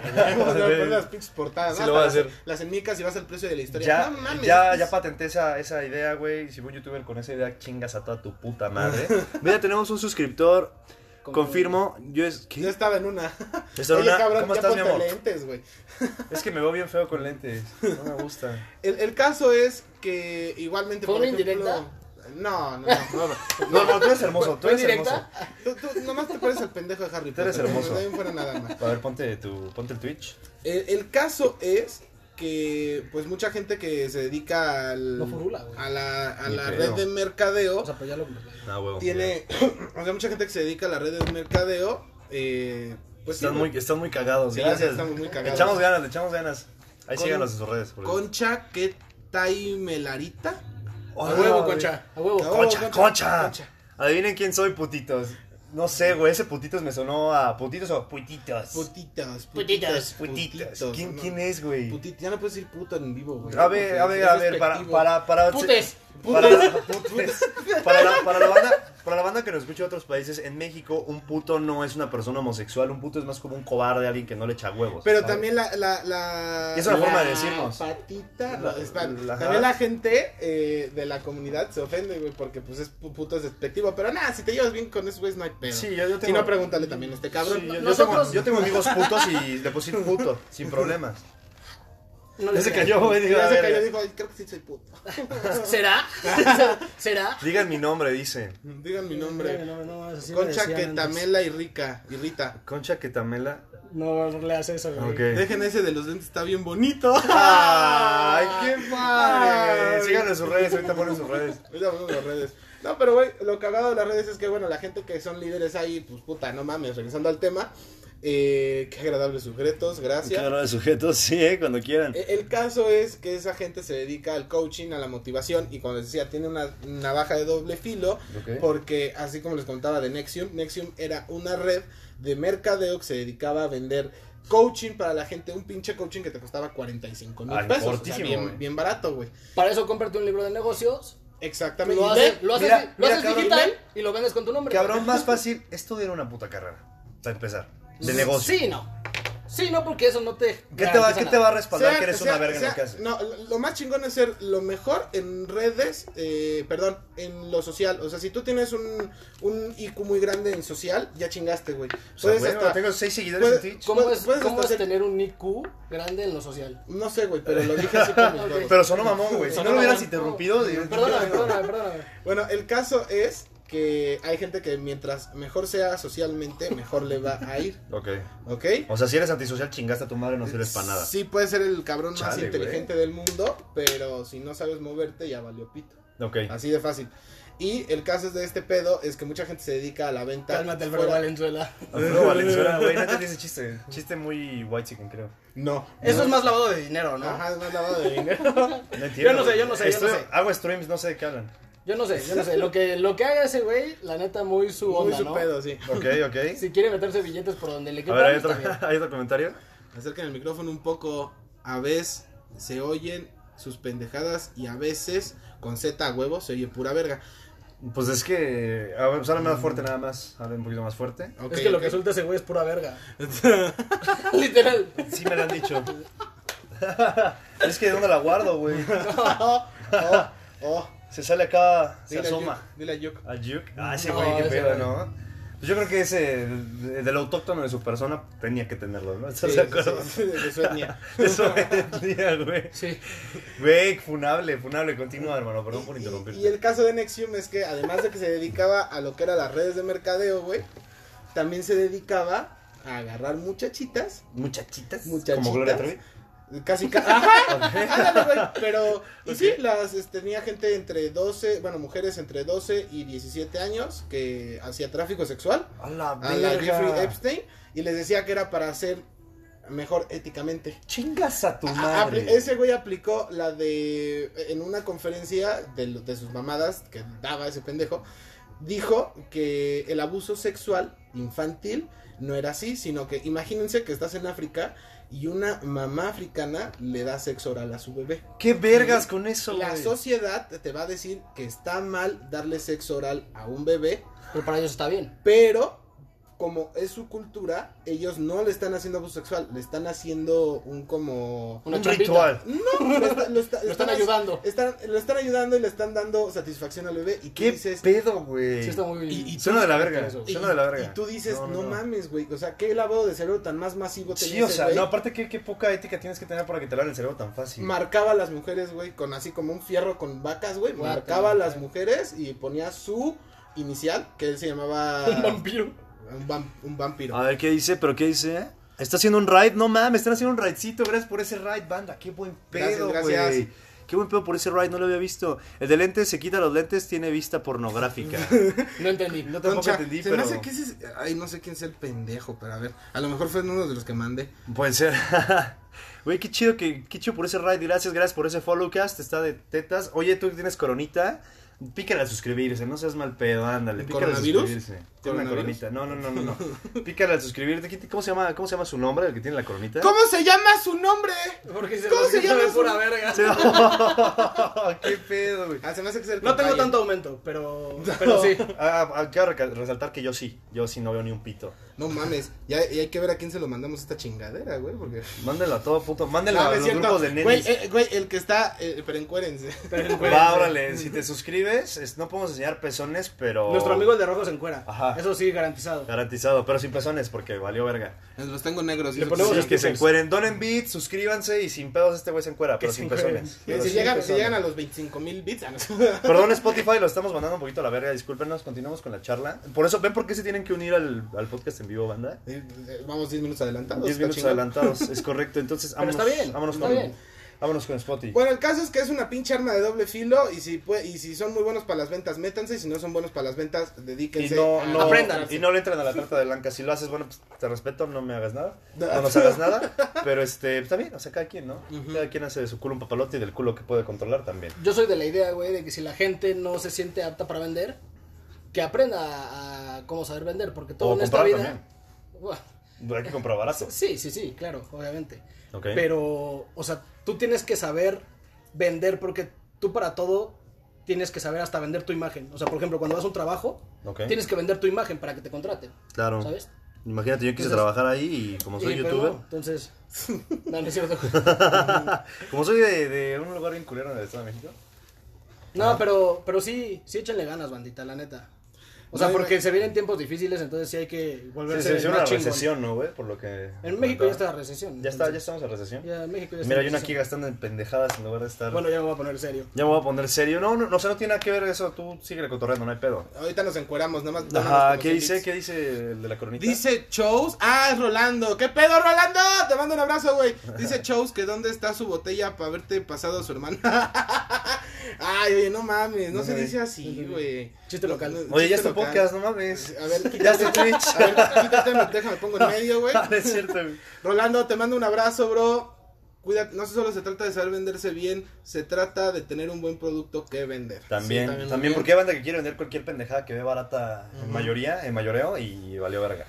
B: Vamos a poner las pinches portadas.
A: Sí
B: ¿no?
A: lo voy a
B: Las-
A: hacer.
B: Las enmicas y vas al precio de la historia.
A: Ya,
B: no mames.
A: ya, ya patenté esa, esa idea, güey. Si un youtuber con esa idea, chingas a toda tu puta madre. Mira, tenemos un suscriptor. Confirmo, yo es.
B: Yo
A: ¿Qué?
B: estaba en una.
A: Esta
B: Oye,
A: una-
B: cabrón,
A: ¿Cómo
B: ya
A: estás, mi
B: ponte
A: amor?
B: lentes, güey.
A: Es que me veo bien feo con lentes. No me gusta.
B: El, el caso es que igualmente.
C: ¿Fue
B: por
C: una
B: ejemplo-
C: indirecta?
B: No, no, no.
A: No, no, tú eres hermoso, tú
C: ¿Fue
A: eres
C: directa?
A: hermoso.
B: Tú, tú nomás te pareces al pendejo de Harry
A: Tú
B: Potter.
A: eres hermoso.
B: No, no fuera nada más.
A: A ver, ponte, tu, ponte el Twitch.
B: El, el caso es que pues mucha gente que se dedica al,
C: No furula, güey.
B: a la, a
A: Ni
B: la
A: pedo.
B: red de mercadeo
C: O sea, pues ya lo.
A: Ah, huevo.
B: tiene o sea mucha gente que se dedica a la red de mercadeo eh, pues sí,
A: Están
B: güey.
A: muy, están muy cagados,
B: Sí,
A: gracias.
B: estamos muy cagados.
A: Echamos ganas, le echamos ganas. Ahí
B: Con-
A: síganos en sus redes. por favor.
B: Concha que Melarita
A: Ah,
C: A huevo, concha. A
B: A
C: huevo.
B: huevo.
A: Concha,
B: Concha,
A: concha.
B: concha.
A: Adivinen quién soy, putitos. No sé, güey, ese putitos me sonó a putitos o putitos.
B: putitas
C: Putitas,
B: putitas
A: putitos.
B: putitos,
A: ¿Quién,
B: no.
A: quién es, güey?
B: Putit- ya no puedes decir puto en vivo güey
A: A ver, a ver, a ver, para, para, para,
C: Putes.
A: para, la, putes. para, la, para la banda, para la banda que nos escucha de otros países, en México un puto no es una persona homosexual, un puto es más como un cobarde, alguien que no le echa huevos.
B: Pero
A: ¿sabes?
B: también la, la, la-
A: Y es una
B: la
A: forma de decirnos.
B: Patita,
A: La-
B: no, espera,
A: la-
B: también la gente eh, de la comunidad se ofende, güey, porque pues es pu- puto es despectivo. Pero nada, si te llevas bien con esos güeyes no hay pedo.
A: Sí, yo- yo
B: Si
A: tengo-
B: no, pregúntale también a este cabrón.
A: Sí, yo, yo
C: Nosotros-
A: tengo, yo tengo amigos putos y le puse puto, sin problemas.
C: No
A: Ya
C: le
A: se
C: crean.
A: cayó, güey.
B: Y
A: digo, a
B: ya se
A: ver,
B: cayó y dijo, "Ay, creo que sí soy puto.
C: ¿Será? ¿Será?
A: Digan mi nombre, dice.
B: Digan mi nombre.
C: No, no, así me
B: Concha
C: decían
B: que
C: antes.
B: tamela y rica, y Rita.
A: Concha Quetamela.
C: No, no le haces eso, güey.
A: Ok.
B: Dejen ese de los lentes, está bien bonito.
A: ¡Ay, qué
B: Ay.
A: padre! Síganlo en sus redes, ahorita ponen sus redes.
B: Ahorita ponemos las redes. No, pero güey, lo cagado de las redes es que, bueno, la gente que son líderes ahí, pues puta, no mames, regresando al tema. eh, qué agradables sujetos, gracias.
A: de sujetos, sí, eh, cuando quieran.
B: E- El caso es que esa gente se dedica al coaching, a la motivación y como les decía, tiene una navaja de doble filo
A: Ok.
B: porque así como les contaba de Nexium, Nexium era una red de mercadeo que se dedicaba a vender coaching para la gente, un pinche coaching que te costaba 45 mil
A: Ay,
B: pesos, o sea,
A: fortísimo, güey.
B: bien, bien barato, güey.
C: Para eso cómprate un libro de negocios.
B: Exactamente.
C: Lo
B: Y ve-
C: haces, lo haces,
A: mira,
C: lo
A: mira,
C: haces
A: cabrón,
C: digital y lo vendes con tu nombre. Pues,
A: Cabrón, más fácil, esto era una puta carrera. Para empezar. De negocio.
C: Sí, no. Sí, no, porque eso no te.
A: ¿Qué te va,
C: garantiza
A: qué te
C: nada.
A: va a respaldar
B: Sea-
A: que eres
B: sea-
A: una verga en
B: sea-
A: lo que haces?
B: No, lo- lo más chingón es ser lo mejor en redes, eh, perdón, en lo social. O sea, si tú tienes un, un IQ muy grande en social, ya chingaste, güey.
A: O sea,
B: Puedes
A: güey,
B: hasta-
A: tengo seis seguidores
B: puede-
A: en Twitch.
C: ¿Cómo
B: Puedes-
C: es,
B: puedes
C: cómo
B: hasta
C: es
B: hacer-
C: tener un IQ grande en lo social?
B: No sé, güey, pero lo dije así por mis huevos.
A: Pero sonó mamón, güey. Si no
C: Sonó
A: lo hubieras
C: mamón.
A: interrumpido, diría-
C: Perdóname, perdóname, perdóname.
B: Bueno, el caso es que hay gente que mientras mejor sea socialmente, mejor le va a ir,
A: Ok.
B: ¿ok?
A: O sea, si eres antisocial, chingaste a tu madre, no sirves para nada.
B: Sí, puede ser el cabrón más
A: Chale,
B: inteligente del mundo, pero si no sabes moverte, ya valió pito.
A: Ok.
B: Así de fácil. Y el caso es de este pedo es que mucha gente se dedica a la venta.
C: Cálmate, Alfredo
B: fuera-
C: Valenzuela.
A: Alfredo Valenzuela, güey, no entendí ese chiste. Chiste muy white chicken, creo.
B: No.
C: Eso
B: No.
C: es más lavado de dinero, ¿no?
B: Ajá, es más lavado de dinero.
A: No entiendo.
C: no sé, yo no sé, yo no
A: Estoy-
C: sé.
A: Hago streams, no sé de qué hablan.
C: Yo no sé, yo no sé. Lo que, lo que haga ese güey, la neta, muy su
B: Muy
C: onda,
B: su
C: ¿no?
B: pedo, sí.
A: Ok, ok.
C: Si quiere meterse billetes por donde le
A: A
C: quepan,
A: ver, ¿hay
C: está
A: otro,
C: bien.
A: ¿hay otro comentario?
B: Acerquen el micrófono un poco. A veces se oyen sus pendejadas y a veces con Z a huevo se oye pura verga.
A: Pues es que. A ver, pues habla más fuerte, nada más. Habla un poquito más fuerte.
B: Ok,
C: es que lo
B: ok.
C: que suelta ese güey es pura verga. Literal.
A: Sí, me lo han dicho. es que, ¿dónde la guardo, güey?
B: Oh, oh, oh.
A: Se sale acá, se
B: Dile a
A: asoma.
B: Yuk, Dile a Yuk.
A: ¿A Duke? Ah, ese
C: No,
A: güey, qué
C: ese
A: pedo,
C: güey.
A: ¿no? Pues yo creo que ese, de- del autóctono de su persona, tenía que tenerlo, ¿no? ¿Estás
B: Sí,
A: de
B: sí,
A: acuerdo?
B: sí, sí, de su etnia.
A: Eso es día, güey.
C: Sí.
A: Güey, funable, funable. Continúa, hermano, perdón por
B: Y-
A: interrumpirte.
B: Y, el caso de Nexium es que además de que se dedicaba a lo que eran las redes de mercadeo, güey, también se dedicaba a agarrar muchachitas.
A: Muchachitas.
B: Muchachitas.
A: Como Gloria Trevi.
B: Casi, casi. Ajá, ándale, güey. Pero, y sí, las este, tenía gente entre 12, bueno, mujeres entre 12 y 17 años que hacía tráfico sexual
A: A la
B: a la Jeffrey
A: verga.
B: Epstein y les decía que era para ser mejor éticamente.
A: Chingas a tu
B: A- apli-
A: madre.
B: Ese güey aplicó la de. En una conferencia de, lo- de sus mamadas que daba ese pendejo. Dijo que el abuso sexual infantil no era así, sino que imagínense que estás en África y una mamá africana le da sexo oral a su bebé.
A: ¿Qué vergas con eso,
B: La
A: güey?
B: sociedad te va a decir que está mal darle sexo oral a un bebé,
C: Pero para ellos está bien.
B: pero como es su cultura, ellos no le están haciendo abuso sexual, le están haciendo un como
C: Una
A: Un
C: chambita.
A: ritual.
B: no, lo, está- lo está-
C: Lo están ayudando.
B: Están, lo están ayudando y le están dando satisfacción al bebé. Y tú
A: ¿Qué
B: dices,
A: pedo, güey?
C: Sí, está muy
B: Y- y
A: Suena de la verga.
C: Eso.
B: y,
A: Suena de la verga.
B: y tú dices, no,
A: mames.
B: mames, güey. O sea, qué lavado de cerebro tan más masivo tenía
A: Sí, o
B: ese
A: sea,
B: güey?
A: no, aparte que qué poca ética tienes que tener para que te laven el cerebro tan fácil.
B: Marcaba a las mujeres, güey, con así como un fierro con vacas, güey.
C: Guácala,
B: Marcaba a las
C: güey.
B: mujeres y ponía su inicial, que él se llamaba
C: Un vampiro.
B: un vam- un vampiro.
A: A ver qué dice, pero qué dice. Está haciendo un raid, no mames, están haciendo un raidcito, gracias por ese raid, banda, qué buen pedo,
B: Gracias, gracias.
A: güey. Qué buen pedo por ese raid, no lo había visto. El de lentes se quita los lentes, tiene vista pornográfica.
C: No entendí.
A: No tampoco
B: Concha,
A: entendí,
B: se
A: pero
B: me hace que ese es- Ay, no sé quién es el pendejo, pero a ver. A lo mejor fue uno de los que mandé.
A: puede ser. Güey, qué chido que qué chido por ese raid, gracias, gracias por ese followcast, está de tetas. Oye, tú que tienes coronita, pícale a suscribirse, no seas mal pedo, ándale,
B: ¿El
A: pícale a
B: coronavirus?
A: suscribirse. Tiene una
B: ¿Coronavirus?
A: coronita. No, no, no, no, no. Pícale al suscribirte. ¿Qué- ¿Cómo se llama? ¿Cómo se llama su nombre el que tiene la coronita?
B: ¿Cómo se llama su nombre?
C: Porque se
B: ¿Cómo
C: los
B: se
C: quita de
B: llama su-
C: pura verga.
A: qué pedo, güey.
B: Ah, se me hace que es el
C: No tengo
B: tocayo.
C: tanto aumento, pero, pero sí.
A: Ah, ah, quiero reca- resaltar que yo sí, yo sí no veo ni un pito.
B: No mames, ya, ya hay que ver a quién se lo mandamos esta chingadera, güey, porque...
A: Mándenlo a todo puto, mándenlo
B: Ah,
A: a
B: no es
A: los
B: cierto.
A: grupos de nenes.
B: Güey, eh, güey, el que está... eh, pero encuérense.
C: Pero, güey,
A: Va, órale, si te suscribes, es- no podemos enseñar pezones, pero...
C: Nuestro amigo el de rojo se encuera.
A: Ajá.
C: Eso sí, garantizado.
A: Garantizado, pero sin pezones, porque valió verga.
B: Los tengo negros. y
C: Le
B: eso
C: ponemos
A: Sí,
B: que-
C: los
A: que se
C: stickers.
A: encueren, donen bits, suscríbanse y sin pedos este güey se encuera,
C: Que
A: pero
C: se
A: sin
C: encueren.
A: pezones.
B: Miren,
A: Pero
B: si
A: sin
B: llegan, si
A: pezones.
B: llegan a los 25 mil bits, ah, Eh, a los-
A: Perdón Spotify, lo estamos mandando un poquito a la verga, disculpen, nos continuamos con la charla. Por eso, ¿ven por qué se tienen que unir al, al podcast en vivo, banda?
B: Eh, eh, vamos 10 minutos adelantados.
A: 10
B: está
A: minutos
B: chingón.
A: adelantados, es correcto. Entonces,
C: Pero
A: vámonos,
C: está bien,
A: vámonos,
C: está
A: con,
C: bien.
A: vámonos con Spotify.
B: Bueno, el caso es que es una pinche arma de doble filo y si, pue- y si son muy buenos para las ventas, métanse y si no son buenos para las ventas,
A: y
B: dedíquense
A: no,
B: a-
A: no-
C: Ah, Aprendan.
A: y no le entran a la trata de blanca. Si lo haces, bueno, pues te respeto, no me hagas nada.
B: No.
A: No nos hagas nada. Pero este, está bien, o sea, cada quien, ¿no? Cada quien hace de su culo un papalote y del culo que puede controlar también.
C: Yo soy de la idea, güey, de que si la gente no se siente apta para vender, que aprenda a, a cómo saber vender, porque todo
A: O
C: en esta
A: comprar
C: vida. Buah,
A: Hay que comprar barato.
C: sí, sí, sí, claro, obviamente.
A: Ok.
C: Pero, o sea, tú tienes que saber vender porque tú para todo tienes que saber hasta vender tu imagen. O sea, por ejemplo, cuando vas a un trabajo,
A: Ok.
C: tienes que vender tu imagen para que te contraten.
A: Claro.
C: ¿Sabes?
A: Imagínate, yo quise
C: Entonces-
A: trabajar ahí y como soy
C: Y, pero
A: youtuber.
C: no, entonces, no, no es cierto.
A: Como soy de, de un lugar bien culero en el Estado de México. Ah.
C: No, pero, pero sí, sí échenle ganas, bandita, la neta. O sea,
B: No, y-
C: porque se vienen tiempos difíciles, entonces sí hay que
A: Sí,
C: volverse
A: se hizo
C: más
A: pues, una
C: chingón.
A: recesión, ¿no, güey? Por lo que.
C: En México ya está la recesión.
A: Ya está, ya
C: entonces,
A: estamos en recesión.
C: Ya en México ya está.
A: Mira,
C: la
A: yo no aquí
C: recesión.
A: gastando en pendejadas en lugar de estar.
C: Bueno, ya me voy a poner serio.
A: Ya me voy a poner serio. No, no, no, o sea, no tiene nada que ver eso. Tú sigue cotorreando, no hay pedo.
B: Ahorita nos encueramos, nada más.
A: Ajá, ¿qué dice? ¿Qué dice el de la coronita?
B: Dice Chows, ah, es Rolando, ¿qué pedo Rolando? Te mando un abrazo, güey. Dice Chows que dónde está su botella para haberte pasado a su hermana. Ay, oye, no mames, no,
A: No,
B: se
A: güey.
B: dice así, güey.
C: Chiste local.
A: Oye, ya está
B: chiste local.
A: podcast, no mames.
B: A ver,
A: Ya está Twitch.
B: a ver, quítate, me- déjame, pongo en medio, güey.
A: Ah, No es cierto, güey.
B: Rolando, te mando un abrazo, bro. Cuídate, no solo se trata de saber venderse bien, se trata de tener un buen producto que vender.
A: También,
B: Sí,
A: también,
B: muy bien.
A: porque hay banda que quiere vender cualquier pendejada que ve barata en mayoría, en mayoreo, y valió verga.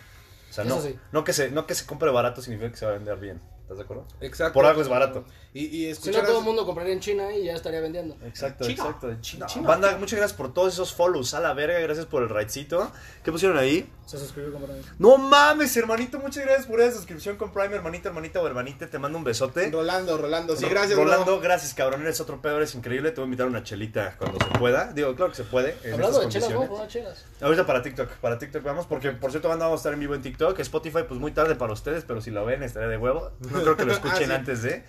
A: O sea, no,
C: Eso sí.
A: no, que se, no que se compre barato significa que se va a vender bien. ¿Estás de acuerdo?
B: Exacto.
A: Por algo es barato.
B: Y, y
C: Si no,
B: escuchar
C: todo el mundo compraría en China y ya estaría vendiendo.
A: Exacto,
B: Chino.
A: exacto. de Chino.
B: Chino.
A: Banda, muchas gracias por todos esos follows. A la verga, gracias por el raidcito. ¿Qué pusieron ahí?
C: Se suscribió completamente.
A: No mames, hermanito, muchas gracias por esa suscripción con Prime, hermanita, hermanita o hermanita. Te mando un besote.
B: Rolando, Rolando, sí,
A: ¿eh? Ro-
B: gracias, bro.
A: Rolando, gracias, cabrón. Eres otro peor, eres increíble. Te voy a invitar a una chelita cuando se pueda. Digo, claro que se puede. En
C: Hablando de
A: estas
C: chelas, vamos
A: condiciones.
C: a poner chelas.
A: Ahorita para TikTok, para TikTok vamos, porque por cierto van a estar en vivo en TikTok, Spotify pues muy tarde para ustedes, pero si lo ven estaré de huevo, no creo que lo escuchen
B: Ah, sí.
A: antes de,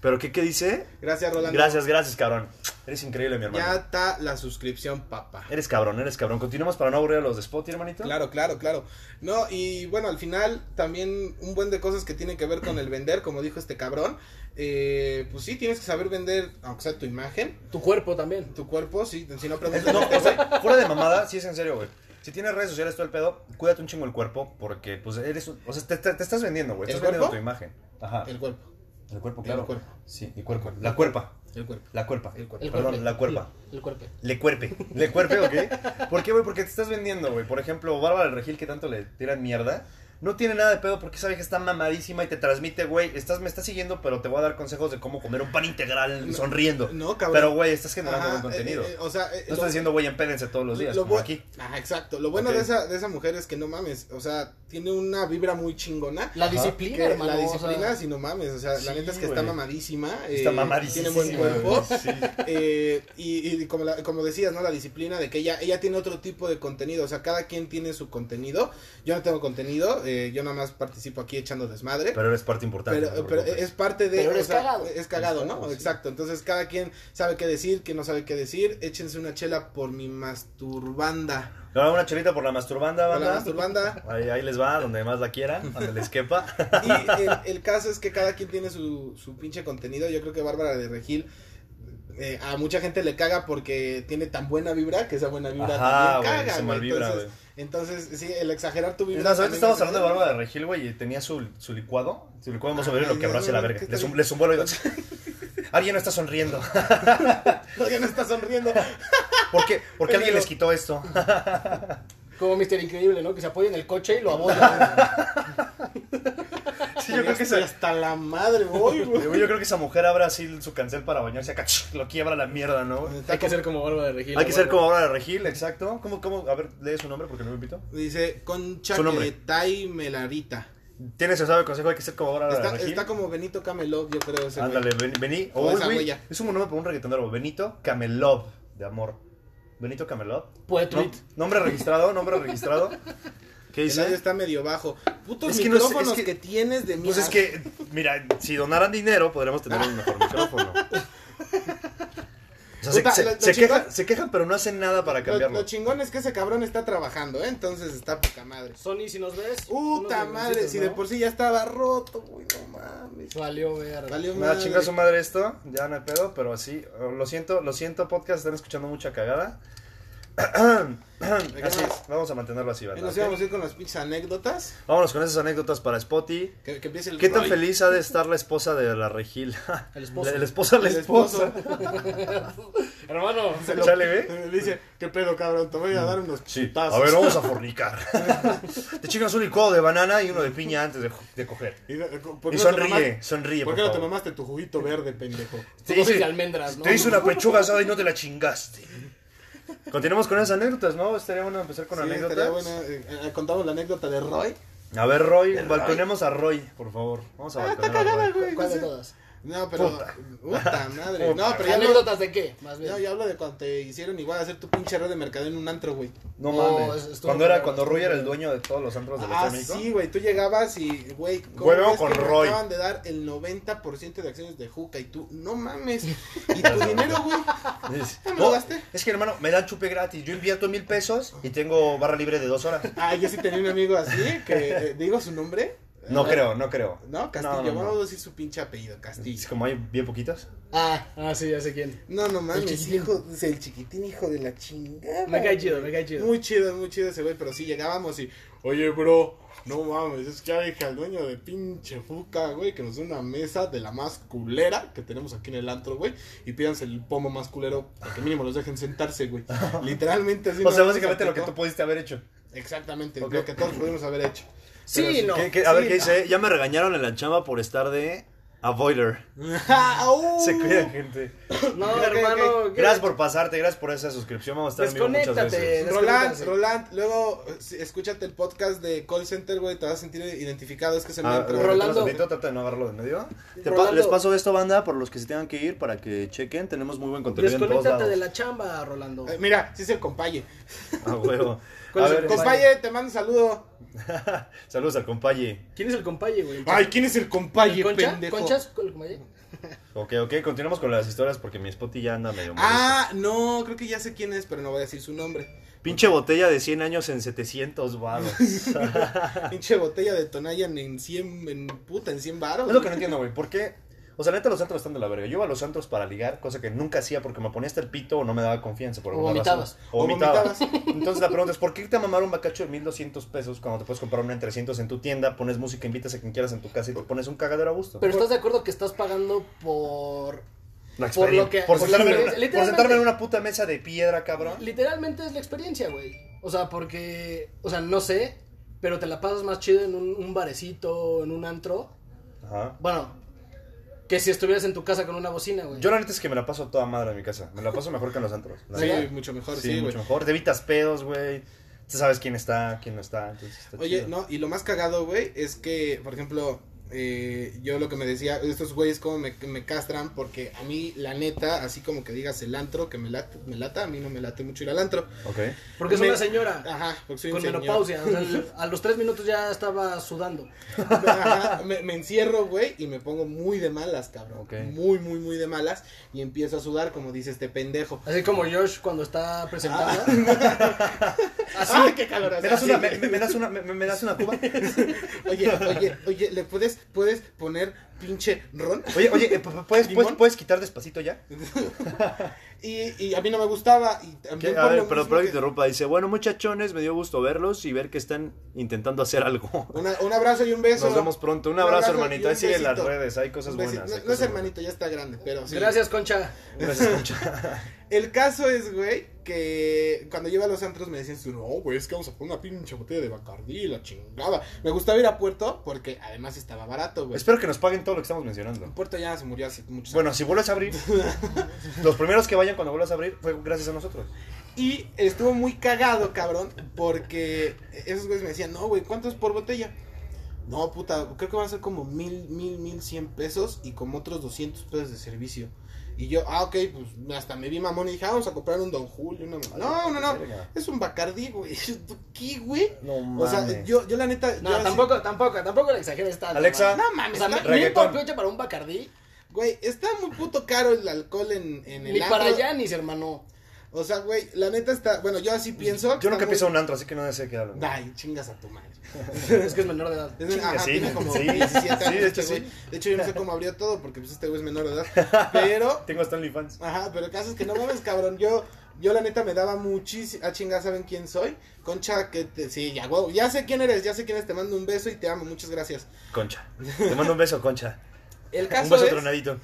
A: pero ¿qué, qué dice?
B: Gracias, Rolando.
A: Gracias, gracias cabrón, eres increíble mi
B: Ya
A: hermano,
B: está la suscripción, papá.
A: eres cabrón, eres cabrón, continuamos para no aburrir a los de Spotify hermanito.
B: Claro, claro, claro. No, y bueno, al final también un buen de cosas que tienen que ver con el vender, como dijo este cabrón. Eh, pues sí, tienes que saber vender, aunque sea tu imagen,
C: Tu cuerpo también.
B: tu cuerpo, sí, si no
A: Es-
B: preguntas.
A: no, o sea, fuera de mamada, sí es en serio güey. Si tienes redes sociales todo el pedo, cuídate un chingo el cuerpo, porque pues eres, un- o sea, te, te- te estás vendiendo güey,
B: ¿El
A: estás vendiendo
B: cuerpo?
A: tu imagen. Ajá.
B: El cuerpo,
A: El cuerpo,
B: el
A: claro.
B: cuerpo.
A: Sí, el cuerpo. La cuerpa.
B: el cuerpo.
A: La cuerpa.
B: El cuerpo.
C: El
A: Perdón,
C: cuerpo.
A: la cuerpa.
C: El cuerpo.
A: Le cuerpe. Le cuerpe, ok. ¿Por qué, güey? Porque te estás vendiendo, güey. Por ejemplo, Bárbara del Regil, que tanto le tiran mierda, no tiene nada de pedo porque sabe que está mamadísima y te transmite, güey. Estás, me estás siguiendo, pero te voy a dar consejos de cómo comer un pan integral
B: No,
A: sonriendo.
B: no, cabrón.
A: Pero, güey, estás generando
B: Ajá,
A: buen contenido.
B: eh, eh, o sea, eh,
A: no estás diciendo, güey, empédense todos los días,
B: Lo
A: como
B: bu-
A: aquí.
B: Ajá, exacto. Lo bueno
A: Ok.
B: de, esa, de esa mujer es que no mames, o sea, tiene una vibra muy chingona.
C: La
A: Ajá.
C: disciplina,
B: que
C: hermano.
B: la
C: o sea,
B: disciplina, si no mames, o sea, la
A: Sí,
B: neta es que
A: güey.
B: está mamadísima. eh,
A: Está mamadísima.
B: Tiene buen cuerpo.
A: güey, sí.
B: Eh, y y como, la- como decías, ¿no? La disciplina de que ella, ella tiene otro tipo de contenido. O sea, cada quien tiene su contenido. Yo no tengo contenido. eh, yo nada más participo aquí echando desmadre. Pero,
A: Pero eres parte importante. no te
B: pero
A: preocupes.
B: es parte de...
C: Pero
B: o
C: eres
B: sea,
C: cagado.
B: Es cagado, ¿no?
A: Eres cagado, sí.
B: Exacto. Entonces cada quien sabe qué decir, qué no sabe qué decir. Échense una chela por mi masturbanda.
A: No, una chelita por la masturbanda,
B: Por la
A: banda.
B: masturbanda.
A: Ahí, ahí les va, donde más la quieran, donde les quepa.
B: Y el, el caso es que cada quien tiene su, su pinche contenido. Yo creo que Bárbara de Regil... eh, a mucha gente le caga porque tiene tan buena vibra que esa buena vibra
A: Ajá,
B: también
A: güey,
B: caga,
A: se
B: güey.
A: malvibra,
B: Entonces,
A: güey.
B: Entonces, sí, el exagerar tu
A: Es
B: vibra.
A: más, ahorita
B: también
A: estamos
B: es-
A: hablando de Bárbara de Regil, güey, y tenía su, su licuado. Su licuado más sobre lo
B: Ay,
A: quebró hacia la
B: no,
A: verga.
B: ¿qué
A: Le,
B: tal?
A: sum, le zumbó algo. Alguien no está sonriendo.
B: Todavía no está sonriendo.
A: ¿Por qué? ¿Por qué
B: Pero-
A: alguien les quitó esto?
C: Como Mister Increíble, ¿no? Que se apoya en el coche y lo aboya.
A: Sí, yo creo que
B: Estoy
A: esa,
B: hasta la madre voy, güey.
A: yo creo que esa mujer abre así su cancel para bañarse acá. ch, Lo quiebra la mierda, ¿no? güey?
C: Hay que ser como Bárbara de Regil.
A: Hay que
C: o
A: ser
C: algo.
A: como Bárbara de Regil, exacto. ¿Cómo, cómo? A ver, lee su nombre porque no me invito.
B: Dice Concha
A: Su nombre.
B: Tai Melarita.
A: Tienes el sabio consejo, hay que ser como Bárbara de
B: Está,
A: Regil.
B: está como Benito Camelot, yo creo. Ese güey.
A: Ándale, ven- vení.
B: Como
A: Uy,
B: esa
A: güey,
B: huella.
A: es un nombre para un reggaetonero. Benito Camelot, de amor. Benito Camelot.
C: Puede
A: No,
C: tweet.
A: nombre registrado, nombre registrado. ¿Qué
B: El audio
A: dice?
B: está medio bajo. Putos
A: Es que no sé, es
B: micrófonos que,
A: que-
B: tienes de mí.
A: Pues es que, mira, si donaran dinero podríamos tener un mejor micrófono. O sea, se,
B: Puta,
A: se-
B: lo- lo
A: se
B: chingón-
A: quejan, se quejan, pero no hacen nada para
B: Lo,
A: cambiarlo.
B: lo chingón es que ese cabrón está trabajando, ¿eh? Entonces está poca madre.
C: Sony, si nos ves.
B: Puta madre, si de por sí ya estaba roto, güey, no mames.
C: Valió ver.
B: Valió
A: Me da
B: madre.
A: chinga su madre esto, ya no hay pedo, pero así, oh, lo siento, lo siento, podcast, están escuchando mucha cagada.
B: ¿De qué
A: Así,
B: más?
A: vamos a mantenerlo así,
B: Y
A: ¿verdad?
B: nos íbamos a ir con las pinches anécdotas.
A: Vámonos con esas anécdotas para Spotty.
B: Que, que empiece el
A: ¿Qué tan
B: Roy.
A: feliz ha de estar la esposa de la Regil?
C: El esposo.
A: La- El esposo, la
B: El
A: esposa.
B: esposo.
C: Hermano,
B: Se lo-
A: Chale, ¿ve?
B: Eh, Dice, ¿qué pedo, cabrón? Te voy a dar unos
A: Sí,
B: putazos".
A: a ver, oh. vamos a fornicar. te chingas un licuado de banana y uno de piña antes de, de coger.
B: Y, eh, ¿por
A: Y
B: qué no te
A: sonríe,
B: mamaste-
A: sonríe.
B: ¿Por
A: Por
B: qué no te
A: favor.
B: mamaste tu juguito verde, pendejo?
C: Te
A: Te hice-
C: de almendras, ¿no?
A: Te hice una pechuga asada y no te la chingaste. Continuamos con esas anécdotas, ¿no? Estaría bueno empezar con
B: Sí,
A: anécdotas.
B: estaría buena, eh, eh, contamos la anécdota de Roy.
A: A ver, Roy, balconemos a Roy, por favor. Vamos
B: Ah,
A: a balconear a Roy.
C: ¿Cuál de todas?
B: No, pero. Puta,
A: Puta.
B: madre.
A: Puta.
B: No, pero ya hablo,
C: ¿Anécdotas de qué? Más bien.
B: no, yo hablo de cuando te hicieron igual hacer tu pinche red de mercado en un antro, güey.
A: No,
C: No,
A: mames.
C: es- estuvo
A: Cuando, era,
C: cabrón.
A: cuando Roy era el dueño de todos los antros de la
B: Ah,
A: Ciudad de México.
B: sí, güey. Tú llegabas y, güey, ¿cómo
A: Huevo
B: ves
A: con
B: que me
A: Roy.
B: acaban de dar el 90% de acciones de Juca y tú, no mames. Y tu dinero, güey.
A: Dices,
B: ¿Me
A: "No,
B: robaste?"
A: "Oh, es que hermano, me dan chupe gratis. Yo invierto mil pesos y tengo barra libre de dos horas.
B: Ah, yo sí tenía un amigo así, que eh, digo su nombre. Ah,
A: No creo, no creo.
B: Eh, No, Castillo,
A: No, no, no.
B: vamos a decir su pinche apellido,
A: Es
B: Castillo.
A: como hay bien poquitos.
C: Ah, ah, sí, ya sé quién.
B: No, no mames,
C: chiquitín.
B: hijo, es el chiquitín, hijo de la chingada.
C: Me cae
B: güey.
C: chido, me cae chido.
B: Muy chido, muy chido ese güey, pero sí llegábamos y, oye, bro, no mames, es que ya dije al dueño de pinche Fuca, güey, que nos dé una mesa de la más culera que tenemos aquí en el antro, güey, y pídanse el pomo más culero, para que mínimo los dejen sentarse, güey. Literalmente así.
A: O
B: nos
A: sea,
B: nos
A: básicamente lo que tú
B: aplicó.
A: pudiste haber hecho.
B: Exactamente,
A: Ok.
B: lo que todos pudimos haber hecho.
C: Sí,
A: Pero,
C: no.
A: ¿qué- qué- a ver
C: sí,
A: qué
C: no.
A: dice. Ya me regañaron en la chamba por estar de avoider.
B: ¡Au!
A: Se cuida, gente.
C: No,
B: Ok, ok.
C: hermano.
A: Gracias por pasarte, gracias por esa suscripción. Vamos a estar amigos muchas
C: Desconéctate.
A: veces.
B: Roland,
C: Desconectarse.
B: Roland, luego eh, sí, escúchate el podcast de Call Center, güey, te vas a sentir identificado, es que se me
A: Ah,
B: entra-
A: Rolando.
C: Rolando.
A: trata de no agarrarlo de medio. Te pa-
C: Rolando.
A: les paso esto, banda, por los que se tengan que ir para que chequen. Tenemos muy buen contenido en todos
C: Desconéctate
A: lados.
C: de la chamba, Rolando.
B: Eh, Mira, sí es el compañe.
A: A huevo.
C: ¿Cuál
A: A
C: es el
A: ver,
B: Compañe, te mando un saludo.
A: Saludos al compañe.
C: ¿Quién es el compañero, güey?
B: Ay, ¿quién es el compañe,
C: ¿Concha?
B: pendejo?
C: ¿Conchas? ¿Con el compañero?
A: Ok, ok, continuamos con las historias porque mi spotty ya anda medio molesto.
B: Ah, no, creo que ya sé quién es, pero no voy a decir su nombre.
A: Pinche botella de 100 años en 700 baros. es
B: Pinche botella de Tonayan en 100, en puta, en 100 baros.
A: lo que no entiendo, güey. ¿Por qué? O sea, neta, los antros están de la verga. Yo iba a los antros para ligar, cosa que nunca hacía porque me ponía hasta el pito o no me daba confianza. Por
C: O
A: alguna
C: vomitabas.
A: razón.
B: O
A: O vomitaba. Entonces la pregunta es: ¿por qué irte a mamar un bacacho de 1200 pesos cuando te puedes comprar una en 300 en tu tienda, pones música, invitas a quien quieras en tu casa y te pones un cagadero a gusto?
C: Pero estás de acuerdo que estás pagando por.
A: La
C: por
A: experiencia.
C: lo que-
A: Por
C: por la
A: sentarme, en
C: experiencia,
A: una- por sentarme en
C: literalmente.
A: una puta mesa de piedra, cabrón.
C: Literalmente es la experiencia, güey. O sea, porque. O sea, no sé. Pero te la pasas más chido en un, un barecito, en un antro.
A: Ajá.
C: Bueno, que si estuvieras en tu casa con una bocina, güey.
A: Yo la neta es que me la paso toda madre en mi casa. Me la paso mejor que en los antros. la
B: Sí,
A: neta.
B: mucho mejor,
A: Sí,
B: sí, güey.
A: mucho mejor. Te evitas pedos, güey. Tú sabes quién está, quién no está. Entonces está
B: Oye,
A: chido.
B: no, y lo más cagado, güey, es que, por ejemplo, eh, yo lo que me decía, estos güeyes como me, me castran, porque a mí, la neta, así como que digas el antro, que me, lat- me lata, a mí no me late mucho ir al antro.
A: Ok.
C: Porque es
B: me-
C: una señora.
B: Ajá, porque soy un
C: Ah. Con
B: señor.
C: menopausia, o sea, el- a los tres minutos ya estaba sudando.
B: Ajá, me, me encierro, güey, y me pongo muy de malas, cabrón.
A: Ok.
B: Muy, muy, muy de malas. Y empiezo a sudar, como dice este pendejo.
C: Así como Josh cuando está presentando.
B: Ah,
C: Así.
B: ¡Ay, qué calor hace!
A: ¿Me das, una,
B: Así.
A: me, me- me das una, me, me- me das una cuba?
B: Oye, oye, oye, ¿le puedes, puedes poner pinche ron?
A: Oye, oye, eh, p- p- ¿puedes, puedes,
B: ¿Limón?
A: puedes quitar despacito ya?
B: Y, y a mí no me gustaba. Y también
A: A
B: por
A: ver,
B: lo
A: pero,
B: mismo
A: pero
B: que-
A: interrumpa. Dice, bueno, muchachones, me dio gusto verlos y ver que están intentando hacer algo.
B: Una- un abrazo y un beso.
A: Nos vemos pues, pronto. Un
B: Un
A: abrazo,
B: abrazo
A: hermanito.
B: y
A: Ahí
B: un
A: siguen las
B: besito.
A: redes. Hay cosas
B: Un besito.
A: buenas.
B: No,
A: hay
B: no es
A: cosas
B: hermanito, ya está grande, pero sí.
C: Gracias, Concha.
A: buenas. Gracias, Concha.
B: El caso es, güey, que cuando yo iba a los antros me decían, no, güey, es que vamos a poner una pinche botella de Bacardí, la chingada. Me gustaba ir a Puerto porque además estaba barato, güey.
A: Espero que nos paguen todo lo que estamos mencionando.
B: Puerto ya se murió hace muchos
A: Bueno, si vuelves a abrir, los primeros que vayan cuando vuelvas a abrir fue gracias a nosotros.
B: Y estuvo muy cagado, cabrón, porque esos güeyes me decían, no, güey, ¿cuánto es por botella? No, puta, creo que van a ser como mil, mil, mil cien pesos y como otros doscientos pesos de servicio. Y yo, ah, ok, pues hasta me vi mamón y dije, ah, vamos a comprar un Don Julio, una mamá. No, no, no,
A: Verga.
B: es un Bacardí, güey. ¿Qué, güey?
A: No
B: O sea,
A: mames.
B: yo, yo la neta.
C: No,
B: yo así-
C: tampoco, tampoco, tampoco le exageres tanto.
A: Alexa,
C: man.
B: No mames,
C: O sea,
B: está-
C: mil
A: reggaetón.
C: por piocha para un bacardí.
B: güey, está muy puto caro el alcohol en, en el
C: Ni para
B: antro.
C: allá, ni su hermano.
B: O sea, güey, la neta está. Bueno, yo así pienso.
A: Yo nunca he
B: pienso
A: pisado un antro, así que no sé qué hablan.
B: Ay, chingas a tu madre.
C: Es que es menor de edad.
B: Es-
A: Chinga,
B: ajá,
A: sí,
B: tiene como
A: sí,
B: 17 años
A: sí, de hecho,
B: este güey.
A: sí.
B: De hecho, yo no sé cómo abrió todo porque pues este güey es menor de edad. Pero,
A: Tengo hasta OnlyFans.
B: ajá, pero el caso es que no mames, cabrón. Yo, yo la neta me daba muchísimo. Ah, chinga, ¿saben quién soy? Concha, que te. Sí, ya, güey. Ya sé quién eres, ya sé quién eres. Te mando un beso y te amo. Muchas gracias.
A: Concha. Te mando un beso, Concha.
B: El
A: Un
B: caso
A: beso
B: es.
A: tronadito.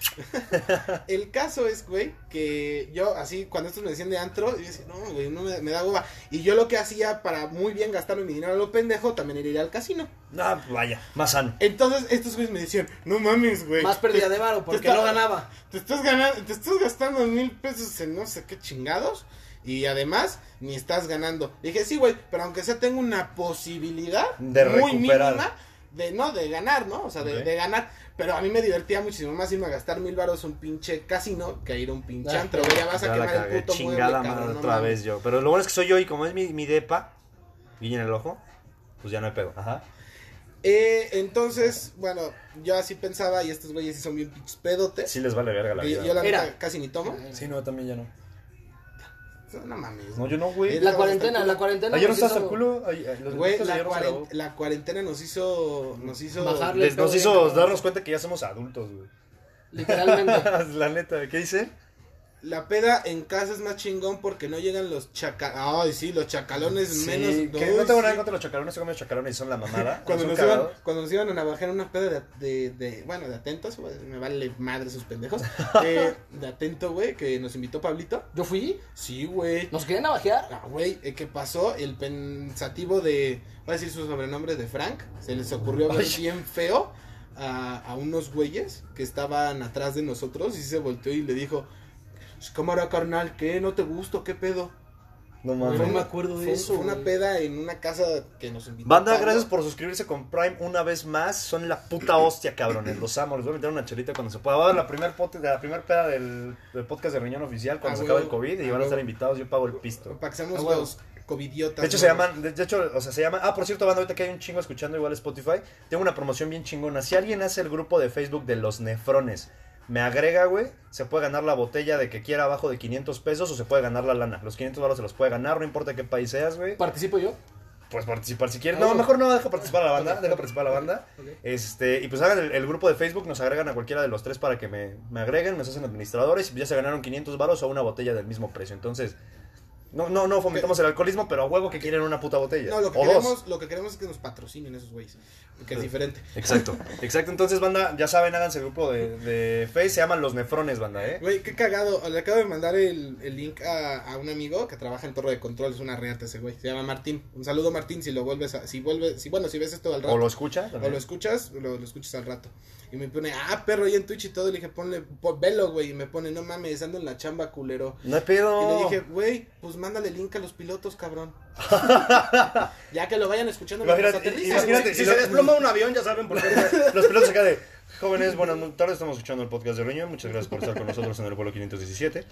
B: El caso es, güey, que yo así, cuando estos me decían de antro, yo decía, no, güey, no me, me da boba. Y yo lo que hacía para muy bien gastarme mi dinero a lo pendejo, también era ir al casino.
A: No, vaya, más sano.
B: Entonces, estos güeyes me decían, no mames, güey.
C: Más pérdida de varo, porque
B: está-
C: no ganaba.
B: Te estás ganando, te estás gastando mil pesos en no sé qué chingados. Y además, ni estás ganando. Dije, sí, güey, pero aunque sea tengo una posibilidad
A: De
B: muy
A: recuperar.
B: mínima de no, de ganar, ¿no? O sea, de,
A: Ok.
B: de ganar. Pero a mí me divertía muchísimo más irme a gastar mil baros un pinche casino que ir a un pinche
C: Ah,
B: antro. güey, ya vas a
A: Ya la
B: quemar
A: cagué,
B: el puto mueble,
A: chingada
B: cabrón,
A: madre
B: no
A: otra
B: mames.
A: vez yo. Pero lo bueno es que soy yo y como es mi, mi depa, guiña en el ojo, pues ya no me pego. Ajá.
B: Eh, entonces, bueno, yo así pensaba y estos güeyes sí son bien pinches pedotes.
A: Sí les vale verga la
B: que yo,
A: vida.
B: yo la
C: Mira.
B: neta casi ni tomo.
D: Sí, no, también ya no.
B: No, no mames.
A: No, yo no, güey.
B: Eh,
C: La cuarentena, la cuarentena.
A: Ayer no
C: nos
A: estás
C: hizo-
A: al culo. ay, ay, los
B: Pues, Güey,
A: minutos de
B: la,
A: ayer no se
B: cuaren-
A: grabó.
B: la cuarentena nos hizo. Nos hizo.
C: Bajarle.
A: Les- Nos hizo darnos cuenta que ya somos adultos, güey.
C: Literalmente.
B: Ah,
A: la neta, ¿qué hice?
B: La peda en casa es más chingón porque no llegan los chacalones. Ay, sí, los chacalones
A: Sí,
B: menos.
A: que
B: Uy,
A: no tengo nada
B: sí.
A: en contra de los chacalones, se comen los chacalones y son la mamada.
B: Cuando
A: son
B: nos, iban,
A: cagados.
B: cuando nos iban a navajar una peda de, de, de- bueno, de atentos, güey, me vale madre sus pendejos. Eh, de atento, güey, que nos invitó Pablito.
C: Yo fui.
B: Sí, güey.
C: Nos quieren navajear.
B: Ah, güey, eh, ¿qué pasó? El pensativo de, voy a decir su sobrenombre de Frank, se les ocurrió ver bien feo a, a unos güeyes que estaban atrás de nosotros y se volteó y le dijo, "Sh, cámara carnal, ¿qué? ¿No te gusto? ¿Qué pedo?
A: No
C: No
A: mames.
C: me acuerdo de
B: Fue-
C: eso,
B: Fue una
C: güey.
B: peda en una casa que nos invitó.
A: Banda,
B: Pablo.
A: gracias por suscribirse con Prime una vez más. Son la puta hostia, cabrones. Los amo. Les voy a meter una chelita cuando se pueda. Va a haber la primer, pod- la primer peda del, del podcast de Riñón Oficial cuando se
B: Ah, huevo.
A: acabe el COVID y
B: Ah,
A: van a estar
B: huevo.
A: invitados. Yo pago el pisto.
B: Para que seamos
C: Ah, huevo.
B: los covidiotas.
A: De hecho,
B: ¿no?
A: se llaman, de de hecho, o sea, se llama, ah, por cierto, banda, ahorita que hay un chingo escuchando igual Spotify, tengo una promoción bien chingona. Si alguien hace el grupo de Facebook de los nefrones, me agrega, güey, se puede ganar la botella de que quiera abajo de 500 pesos o se puede ganar la lana. Los 500 baros se los puede ganar, no importa qué país seas, güey.
C: Participo yo.
A: Pues participar si quieres.
C: Ah,
A: No,
C: bueno.
A: mejor no, deja participar a la banda,
C: Ok.
A: deja participar a la banda. Este, y pues hagan el, el grupo de Facebook, nos agregan a cualquiera de los tres para que me, me agreguen, nos hacen administradores y ya se ganaron 500 varos o una botella del mismo precio. Entonces, no, no, no fomentamos el alcoholismo, pero a huevo que quieren una puta botella.
B: No, lo que,
A: o dos.
B: queremos, lo que queremos es que nos patrocinen esos güeyes, que es
A: Sí.
B: diferente.
A: Exacto, exacto. Entonces, banda, ya saben, háganse el grupo de, de Face, se llaman Los Nefrones, banda, ¿eh?
B: Güey, qué cagado. Le acabo de mandar el, el link a, a un amigo que trabaja en Torre de Control. Es una reata ese güey. Se llama Martín. Un saludo, Martín. Si lo vuelves a. Si vuelves. Si, bueno, si ves esto al rato.
A: O lo escuchas.
B: o lo escuchas, lo, lo escuchas al rato. Y me pone, ah, perro, y en Twitch y todo. Le dije, ponle, pon- velo, güey. Y me pone, no mames, ando en la chamba, culero.
A: No hay
B: Y
A: pedo.
B: le dije, güey, pues mándale link a los pilotos, cabrón. ya que lo vayan escuchando pues
A: Imagínate,
B: mientras aterrizan,
A: imagínate,
B: güey.
A: si se desploma
C: un avión, ya saben por qué.
A: Los pilotos acá de jóvenes, buenas tardes, estamos escuchando el podcast de Reunión. Muchas gracias por estar con nosotros en el vuelo 517.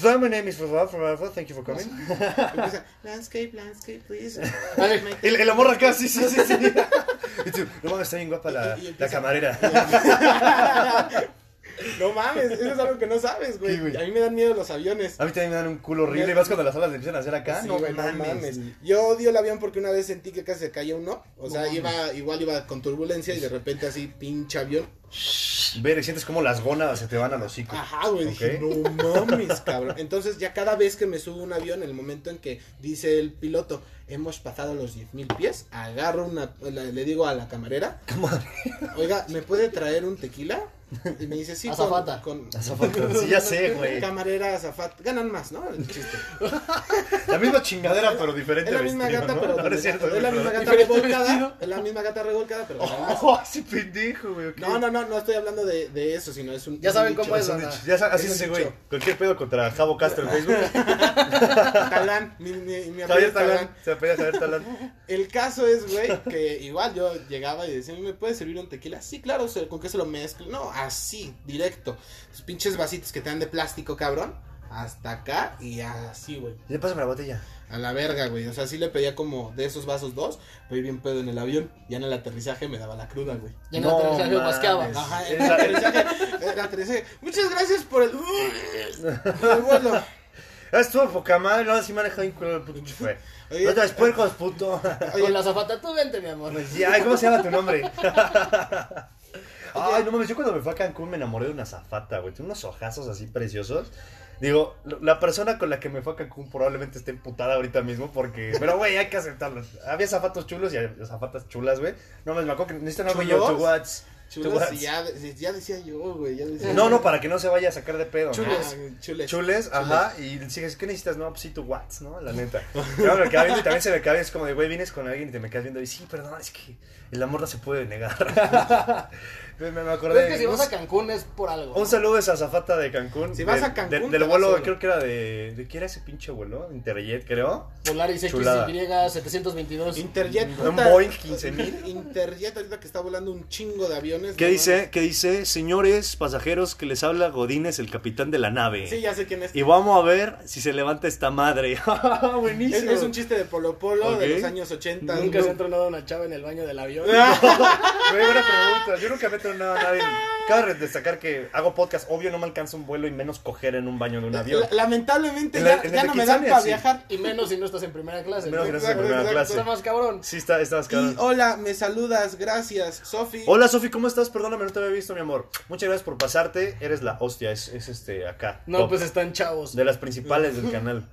A: So, my name is Rafa, Rafa, thank you for coming.
B: Empieza, landscape, landscape, please.
A: El, el amor acá, sí, sí, sí. sí. Y tú, no mames, está bien guapa Ah, la,
B: Y- y empieza-
A: la camarera.
B: No mames, eso es algo que no sabes, güey.
A: Sí, güey.
B: A mí me dan miedo los aviones.
A: A mí también me dan un culo horrible. Y vas cuando las alas le empiezan a hacer acá.
B: Sí,
A: no,
B: güey, no
A: mames.
B: mames. Yo odio el avión porque una vez sentí que casi se cayó uno. O sea,
A: No mames.
B: iba, igual iba con turbulencia y de repente así, pinche avión.
A: Ver, y sientes como las gónadas se te van al hocico.
B: Ajá, güey. Dije,
A: Ok.
B: no mames, cabrón. Entonces, ya cada vez que me subo a un avión, en el momento en que dice el piloto, hemos pasado los 10.000 mil pies, agarro una. la- le digo a la camarera, oiga, ¿me puede traer un tequila? Y me dice, sí, con-
C: Azafata.
B: con.
A: Azafata, Sí, ya sé, güey.
B: Camarera, azafat, ganan más, ¿no? El chiste.
A: La misma chingadera, pero diferente.
B: Es la misma
A: vestido,
B: gata,
A: ¿no?
B: pero.
A: No, no es cierto.
B: es la misma gata
C: Diferente
B: revolcada.
C: vestido.
B: Es la misma gata revolcada, pero. ganan más.
A: Oh, ese pendejo, güey. ok.
B: No, no, no, no estoy hablando de, de eso, sino es un.
C: Ya
B: un
C: saben
B: dicho.
C: cómo es,
A: Son
C: banda.
A: dichos. Ya sabes, así
B: Es
A: es
B: un
A: ese güey.
B: dicho.
A: Cualquier pedo contra Javo Castro en Facebook.
B: Talán, mi, mi, mi apellido
A: Javier
B: es Talán.
A: Talán. Se apellida Javier Talán.
B: El caso es, güey, que igual yo llegaba y decía, ¿me puede servir un tequila? Sí, claro, se- ¿con qué se lo mezclo? No, así, directo. Los pinches vasitos que te dan de plástico, cabrón. Hasta acá y así, güey.
A: Ya pásame la botella.
B: A la verga, güey. O sea, sí le pedía como de esos vasos dos. Pero bien pedo en el avión. Ya en el aterrizaje me daba la cruda, güey.
C: Ya no, te
A: mames.
C: masqueaba.
B: Ajá,
A: Es
B: el
A: la-
B: aterrizaje, el aterrizaje. Muchas gracias por el. el vuelo.
A: Ah, Estuvo poca madre, no, si me ha dejado un culo el puto chofer.
B: Oye,
A: No traes puercos, puto.
C: Con la zafata, tú vente, mi amor.
A: Sí, ay, ¿cómo se llama tu nombre? Ay, no mames, yo cuando me fui a Cancún me enamoré de una zafata, güey. Tiene unos ojazos así preciosos. Digo, lo- la persona con la que me fue a Cancún probablemente esté emputada ahorita mismo porque... Pero, güey, hay que aceptarlo. Había zapatos chulos y había zapatas chulas, güey. No mames, me acuerdo que necesitan algo yo,
B: ¿Chulos?
A: two watts. two
B: Chulos,
A: watts.
B: y ya, ya decía yo, güey. Ya decía
A: No,
B: yo. ah,
A: no, para que no se vaya a sacar de pedo. ¿no?
B: Chules. chules.
A: Chules, ajá, y dices, ¿qué necesitas? No, pues sí, tu watts, ¿no? La neta. Claro, me queda viendo y también se me cae bien, es como de, güey, vienes con alguien y te me quedas viendo y sí, perdón, es que y la morra se puede negar. me, me acordé.
C: es que si vas
A: un-
C: a Cancún es por algo.
A: un saludo a esa zafata de Cancún.
B: Si vas
A: de-
B: a Cancún,
A: de-
B: te
A: del
B: vas
A: vuelo,
B: solo.
A: creo que era de. ¿De qué era ese pinche vuelo? Interjet, creo.
C: Polaris
A: Chulada.
C: XY 722.
B: Interjet.
A: Un
B: puta.
A: Boeing 15,000.
B: Interjet ahorita que está volando un chingo de aviones.
A: ¿Qué
B: ¿no?
A: dice? ¿Qué dice? Señores pasajeros, que les habla Godínez, el capitán de la nave.
B: Sí, ya sé quién es.
A: Y vamos a ver si se levanta esta madre.
B: Es,
A: Buenísimo.
B: es un chiste de Polo Polo
A: Ok.
B: de los años 80.
C: Nunca
B: ¿no?
C: se ha entrenado una chava en el baño del avión.
A: Güey, buena pregunta. Yo nunca me he tronado a nadie. Cabe destacar que hago podcast. Obvio, no me alcanza un vuelo y menos coger en un baño de un avión.
B: La- Lamentablemente
A: En la-
B: ya,
A: en
B: ya
A: el
B: no
A: de
B: me dan
A: Kitsania,
B: para
A: sí.
B: viajar.
C: Y menos si no estás en primera clase.
A: Menos
C: ¿no?
A: que no seas de
B: Exacto,
A: primera
B: exacto.
A: clase.
C: Está más cabrón.
A: Sí, está, estás
B: Y oh,
A: cabrón.
B: hola, me saludas, gracias, Sofi.
A: Hola Sofi, ¿cómo estás? Perdóname, no te había visto, mi amor. Muchas gracias por pasarte. Eres la hostia, es, es este acá.
C: No,
A: top.
C: pues están chavos.
A: de las principales del canal.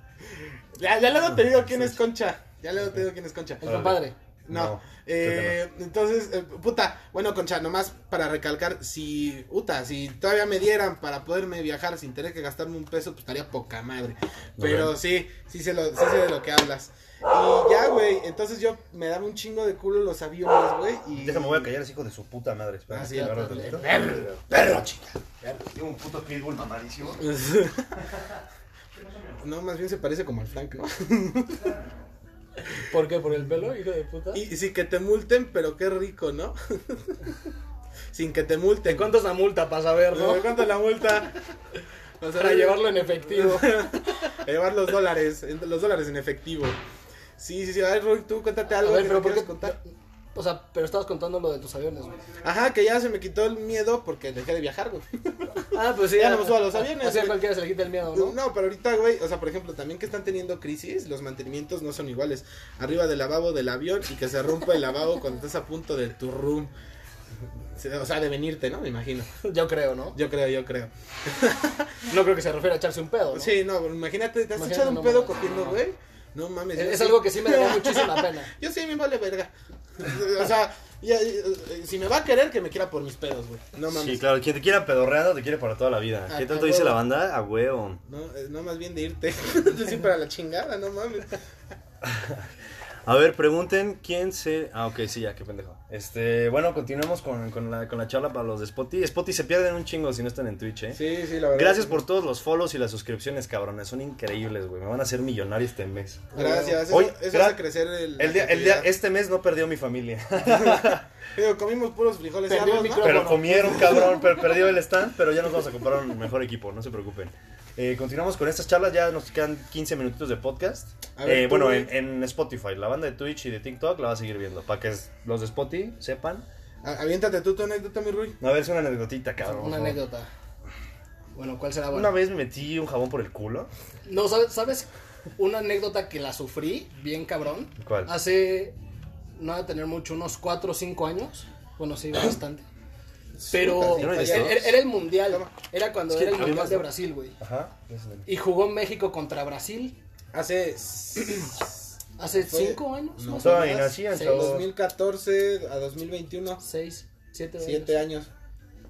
B: Ya, ya luego te digo quién es Concha. Ya luego te digo quién es Concha.
C: El compadre.
B: No.
A: No,
B: eh, entonces, eh, puta, bueno, Concha, nomás para recalcar, si, puta, si todavía me dieran para poderme viajar sin tener que gastarme un peso, pues estaría poca madre. Pero
A: Ok.
B: sí, sí, sé lo, sí sé de lo que hablas. Y ya, güey, entonces yo me daba un chingo de culo los aviones, güey. Y...
A: Déjame, voy a callar, es hijo de su puta madre. Espera,
B: Ah, sí, ya,
A: agárrate,
B: dale.
A: ¿listo?
B: perro, perro, chica.
A: Tengo un puto pitbull mamadísimo.
B: No, más bien se parece como al Frank, ¿no?
C: ¿Por qué? ¿Por el pelo, hijo de puta?
B: Y, y sin que te multen, pero qué rico, ¿no? sin que te
C: ¿De
B: multen.
C: cuánto es la multa para saberlo?
B: ¿De cuánto es la multa? O sea,
C: Para llevarlo en efectivo.
B: a llevar los dólares, en- los dólares en efectivo. Sí, sí, sí. A ver, Roy, tú cuéntate
C: A
B: algo.
C: ver,
B: que
C: pero
B: me
C: ¿por qué?
B: quieras contar.
C: O sea, pero estabas contando lo de tus aviones, güey.
B: Ajá, que ya se me quitó el miedo porque dejé de viajar, güey.
C: Ah, pues sí.
B: Ya no me subo a los aviones,
C: O sea,
B: güey.
C: cualquiera se le quita el miedo, ¿no?
B: ¿no? pero ahorita, güey, o sea, por ejemplo, también que están teniendo crisis, los mantenimientos no son iguales. Arriba del lavabo del avión y que se rompa el lavabo cuando estás a punto de tu room. O sea, de venirte, ¿no? Me imagino.
C: Yo creo, ¿no?
B: Yo creo, yo creo.
C: No creo que se refiera a echarse un pedo, ¿no?
B: Sí, no, imagínate, te has
C: Imagínate
B: echado un
C: nomás.
B: pedo cogiendo, güey. No mames.
C: Es,
B: yo
C: es
B: sí.
C: algo que sí me daría muchísima pena.
B: Yo sí me vale verga. O sea, ya, eh, si me va a querer, que me quiera por mis pedos, güey. No mames.
A: Sí, claro, quien te quiera pedorreado te quiere para toda la vida.
B: Ah,
A: ¿Qué
B: a
A: tanto dice la
B: huevo.
A: banda? A huevo.
B: No, eh, no más bien de irte. Yo sí para la chingada, no mames.
A: A ver, pregunten quién se. Ah, ok, sí, ya, qué pendejo. Este, bueno, continuamos con, con la, con la charla para los de Spotify. Spotify se pierden un chingo si no están en Twitch, eh.
B: Sí, sí, la verdad.
A: Gracias por todos los follows y las suscripciones, cabrones. Son increíbles, güey. Me van a hacer millonario este mes.
B: Gracias. Eso,
A: Oye,
B: eso
A: gra-
B: hace crecer el.
A: El día-
B: la
A: el día-
B: creatividad.
A: este mes no perdió mi familia.
B: Digo, comimos puros frijoles y
C: Perdió
B: arroz, ¿no?
C: el micrófono.
A: Pero
C: bueno.
A: comieron, cabrón. Pero perdió el stand. Pero ya nos vamos a comprar un mejor equipo. No se preocupen. Eh, continuamos con estas charlas. Ya nos quedan 15 minutitos de podcast.
B: A ver,
A: Eh,
B: tú,
A: bueno,
B: güey.
A: en, en Spotify. La banda de Twitch y de TikTok la va a seguir viendo. Para que los de Spotify sepan.
B: A- Aviéntate tú tu anécdota, mi Rui.
A: A ver, es una anécdotita, cabrón.
C: Una
A: ¿no?
C: anécdota. Bueno, ¿cuál será
A: Una
C: buena?
A: vez me metí un jabón por el culo.
C: No, ¿sabes, ¿sabes? Una anécdota que la sufrí bien cabrón.
A: ¿Cuál?
C: Hace, no va a tener mucho, unos 4 o 5 años. Bueno, sí, bastante. Pero
B: Puta,
A: ¿Ya no
C: era,
A: eres tú?
C: era- era el mundial.
B: Toma.
C: Era cuando
A: Es que
C: era el
A: había
C: mundial
A: más,
C: de
A: ¿no?
C: Brasil, güey.
A: Ajá.
C: Y jugó México contra Brasil
B: Hace.
C: hace
B: Fue-
C: 5 años.
B: no,
C: más o
A: todavía
C: menos.
A: nacían,
C: Seis,
A: chavos.
B: 2014 a 2021.
C: Seis, siete,
B: Siete
C: años.
B: años.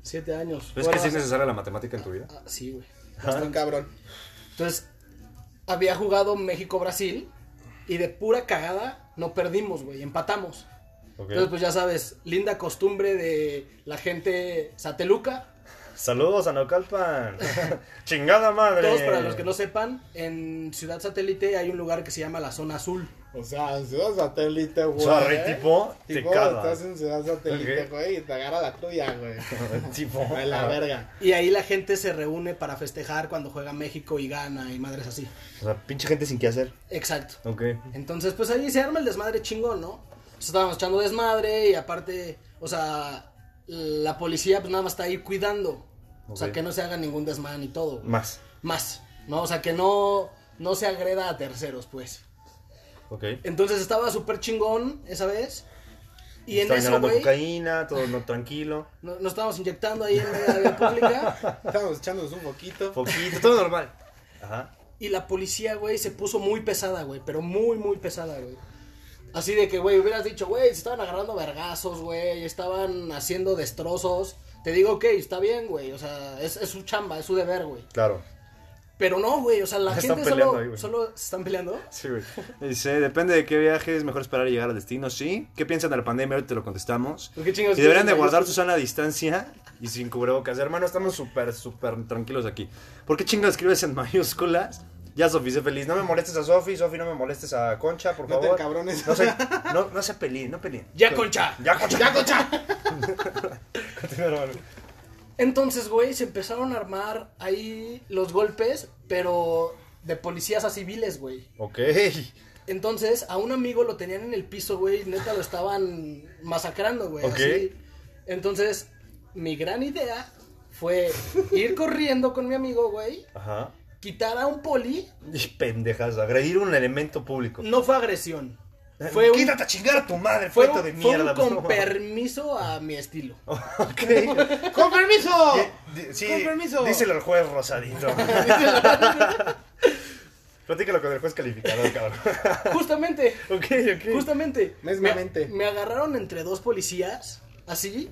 C: Siete años.
A: ¿Ves que sí
C: Bueno,
A: es necesaria la matemática en tu vida?
C: ah, sí, güey.
B: Bastante cabrón.
C: Entonces, había jugado México-Brasil y de pura cagada no perdimos, güey, empatamos.
A: Ok.
C: Entonces, pues ya sabes, linda costumbre de la gente sateluca.
A: Saludos a Naucalpan. Chingada madre.
C: Todos, para los que no sepan, en Ciudad Satélite hay un lugar que se llama la Zona Azul.
B: O sea, en Ciudad Satélite, güey.
A: O sea, re tipo, te
B: Tipo,
A: caga.
B: estás en Ciudad Satélite,
A: Ok.
B: güey, y te agarra la tuya, güey.
A: tipo.
B: A la
A: Ah.
B: verga.
C: Y ahí la gente se reúne para festejar cuando juega México y gana y madres así.
A: O sea, pinche gente sin qué hacer.
C: Exacto.
A: Ok.
C: Entonces, pues ahí se arma el desmadre chingón, ¿no? Pues, estábamos echando desmadre y aparte, o sea, la policía pues nada más está ahí cuidando. O sea,
A: Ok.
C: que no se haga ningún desmadre y todo. güey.
A: Más.
C: Más, ¿no? O sea, que no, no se agreda a terceros, pues.
A: Ok.
C: Entonces estaba súper chingón esa vez. Y en
A: Está
C: eso,
A: inhalando
C: güey,
A: cocaína, todo no, tranquilo.
C: no- nos estábamos inyectando ahí en medio de la vía pública.
B: Estábamos echándonos un poquito.
A: Poquito, todo normal. Ajá.
C: Y la policía, güey, se puso muy pesada, güey. Pero muy, muy pesada, güey. Así de que, güey, hubieras dicho, güey, se estaban agarrando vergazos, güey. Estaban haciendo destrozos. Te digo, ok, está bien, güey. O sea, es, es su chamba, es su deber, güey.
A: Claro.
C: Pero no, güey, o sea, la
A: Se
C: gente
A: están peleando
C: solo,
A: ahí, güey.
C: solo se están peleando.
A: Sí, güey. Dice, depende de qué viaje, es mejor esperar a llegar al destino, sí. ¿Qué piensan de la pandemia? Ahorita te lo contestamos.
C: Pues, ¿Qué chingados
A: Y deberían de
C: piensan?
A: guardar su sana distancia y sin cubrebocas. Hermano, estamos súper, súper tranquilos aquí. ¿Por qué chingados escribes en mayúsculas? Ya, Sofi, sé feliz. No me molestes a Sofi, Sofi, no me molestes a Concha, por
B: No te
A: favor.
B: encabrones.
A: No, se, no, no se peleen, no peleen.
C: Ya, Concha.
A: Ya, Concha.
B: ¡Ya, cocha!
A: Continúa, hermano.
C: Entonces, güey, se empezaron a armar ahí los golpes, pero de policías a civiles, güey.
A: Ok.
C: Entonces, a un amigo lo tenían en el piso, güey, neta lo estaban masacrando, güey.
A: Ok.
C: así. Entonces, mi gran idea fue ir corriendo con mi amigo, güey,
A: Ajá.
C: quitar a un poli.
A: Y pendejas, agredir un elemento público.
C: No fue agresión.
A: Eh,
C: Fue un,
A: Quítate a chingar a tu madre,
C: fue
A: puesto
C: un-
A: de
C: fue un
A: mierda. pues, no
C: con
A: mames.
C: permiso a mi estilo.
A: Ok.
B: ¡Con permiso!
A: Di- Sí,
B: Con permiso.
A: díselo al juez Rosadito. Platícalo con el juez calificador, cabrón.
C: Justamente.
A: ok, ok.
C: Justamente.
B: Mesmamente.
C: Me, me agarraron entre dos policías, así.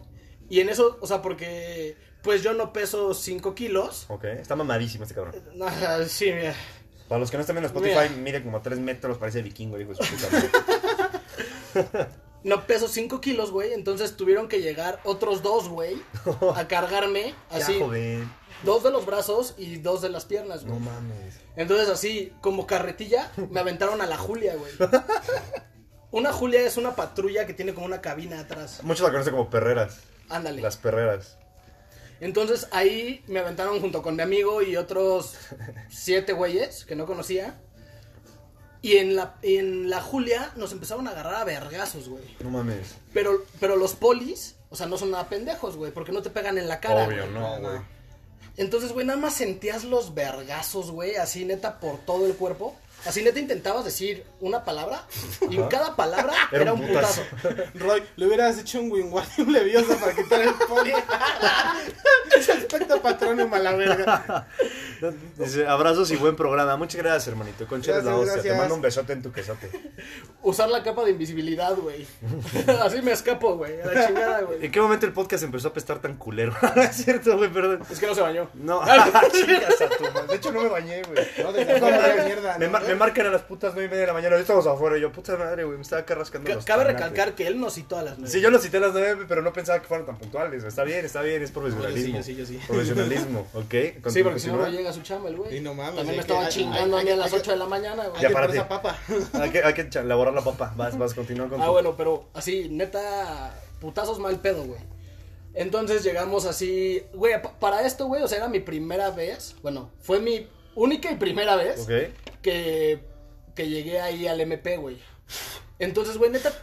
C: Y en eso, o sea, porque pues yo no peso 5 kilos.
A: Ok, está mamadísimo este cabrón.
C: Ajá, sí, mira.
A: Para los que no están viendo
C: Mira.
A: Spotify, mide como 3 metros, parece vikingo, hijo de su puta madre.
C: No peso 5 kilos, güey. Entonces tuvieron que llegar otros dos, güey, a cargarme así.
A: Ya, joven.
C: dos de los brazos y dos de las piernas,
A: No
C: güey.
A: mames.
C: Entonces así, como carretilla, me aventaron a la Julia, güey. Una Julia es una patrulla que tiene como una cabina atrás.
A: Muchos la conocen como perreras.
C: Ándale.
A: Las perreras.
C: Entonces ahí me aventaron junto con mi amigo y otros siete güeyes que no conocía. Y en la, en la Julia nos empezaron a agarrar a vergazos, güey.
A: No mames.
C: Pero, pero los polis, o sea, no son nada pendejos, güey, porque no te pegan en la cara.
A: Obvio,
C: güey.
A: no,
B: No,
A: güey.
B: no.
C: Entonces, güey, nada más sentías los vergazos, güey, así neta por todo el cuerpo. Así neta intentabas decir una palabra y en cada palabra
A: Era
C: era,
A: un
C: un
A: putazo.
C: putazo.
B: Roy, le hubieras hecho un winguardium leviosa para quitar el poli. Ese aspecto patrón a la verga.
A: Dice, abrazos y buen programa. Muchas gracias, hermanito. Concha eres la
B: Gracias,
A: hostia. Te
B: gracias.
A: mando un besote en tu quesote.
C: Usar la capa de invisibilidad, güey. así me escapo, güey, a la chingada, güey.
A: ¿En qué momento el podcast empezó a apestar tan culero? es cierto, güey, perdón.
C: Es que no se bañó.
A: No, chingas a tu madre. De hecho, no me bañé, güey.
B: No, desde
A: No,
B: afuera,
A: madre,
B: mierda,
A: me,
B: ¿no,
A: mar-
B: güey?
A: me marcan a las putas nueve y media de la mañana. Yo estamos afuera. y Yo, puta madre, güey. Me estaba acá rascando.
C: Ca-
A: los
C: Cabe
A: tanates.
C: recalcar que él nos citó a las nueve.
A: Sí, yo lo cité a las 9, pero no pensaba que fueran tan puntuales. Está bien, está bien, es profesionalismo.
C: yo sí, yo sí.
A: Profesionalismo, ok.
C: Sí, porque si no, no
A: Continúa.
C: llega a su chamba el güey.
B: Y no mames,
C: También me
B: hay que-
C: estaba
B: hay-
C: chingando
B: hay-
C: a mí a
B: hay-
C: las
B: hay-
C: 8 de la mañana,
B: Hay
C: güey.
B: que
A: Ya
B: por
A: párate.
B: esa papa.
A: Hay que, hay que cha- elaborar la papa. Vas, vas, continúa con
C: Ah,
A: tu-
C: bueno, pero así, neta, putazos mal pedo, güey. Entonces llegamos así, güey, pa- para esto, güey, o sea, era mi primera vez, bueno, fue mi única y primera vez
A: Ok.
C: que, que llegué ahí al MP, güey. Entonces, güey, neta,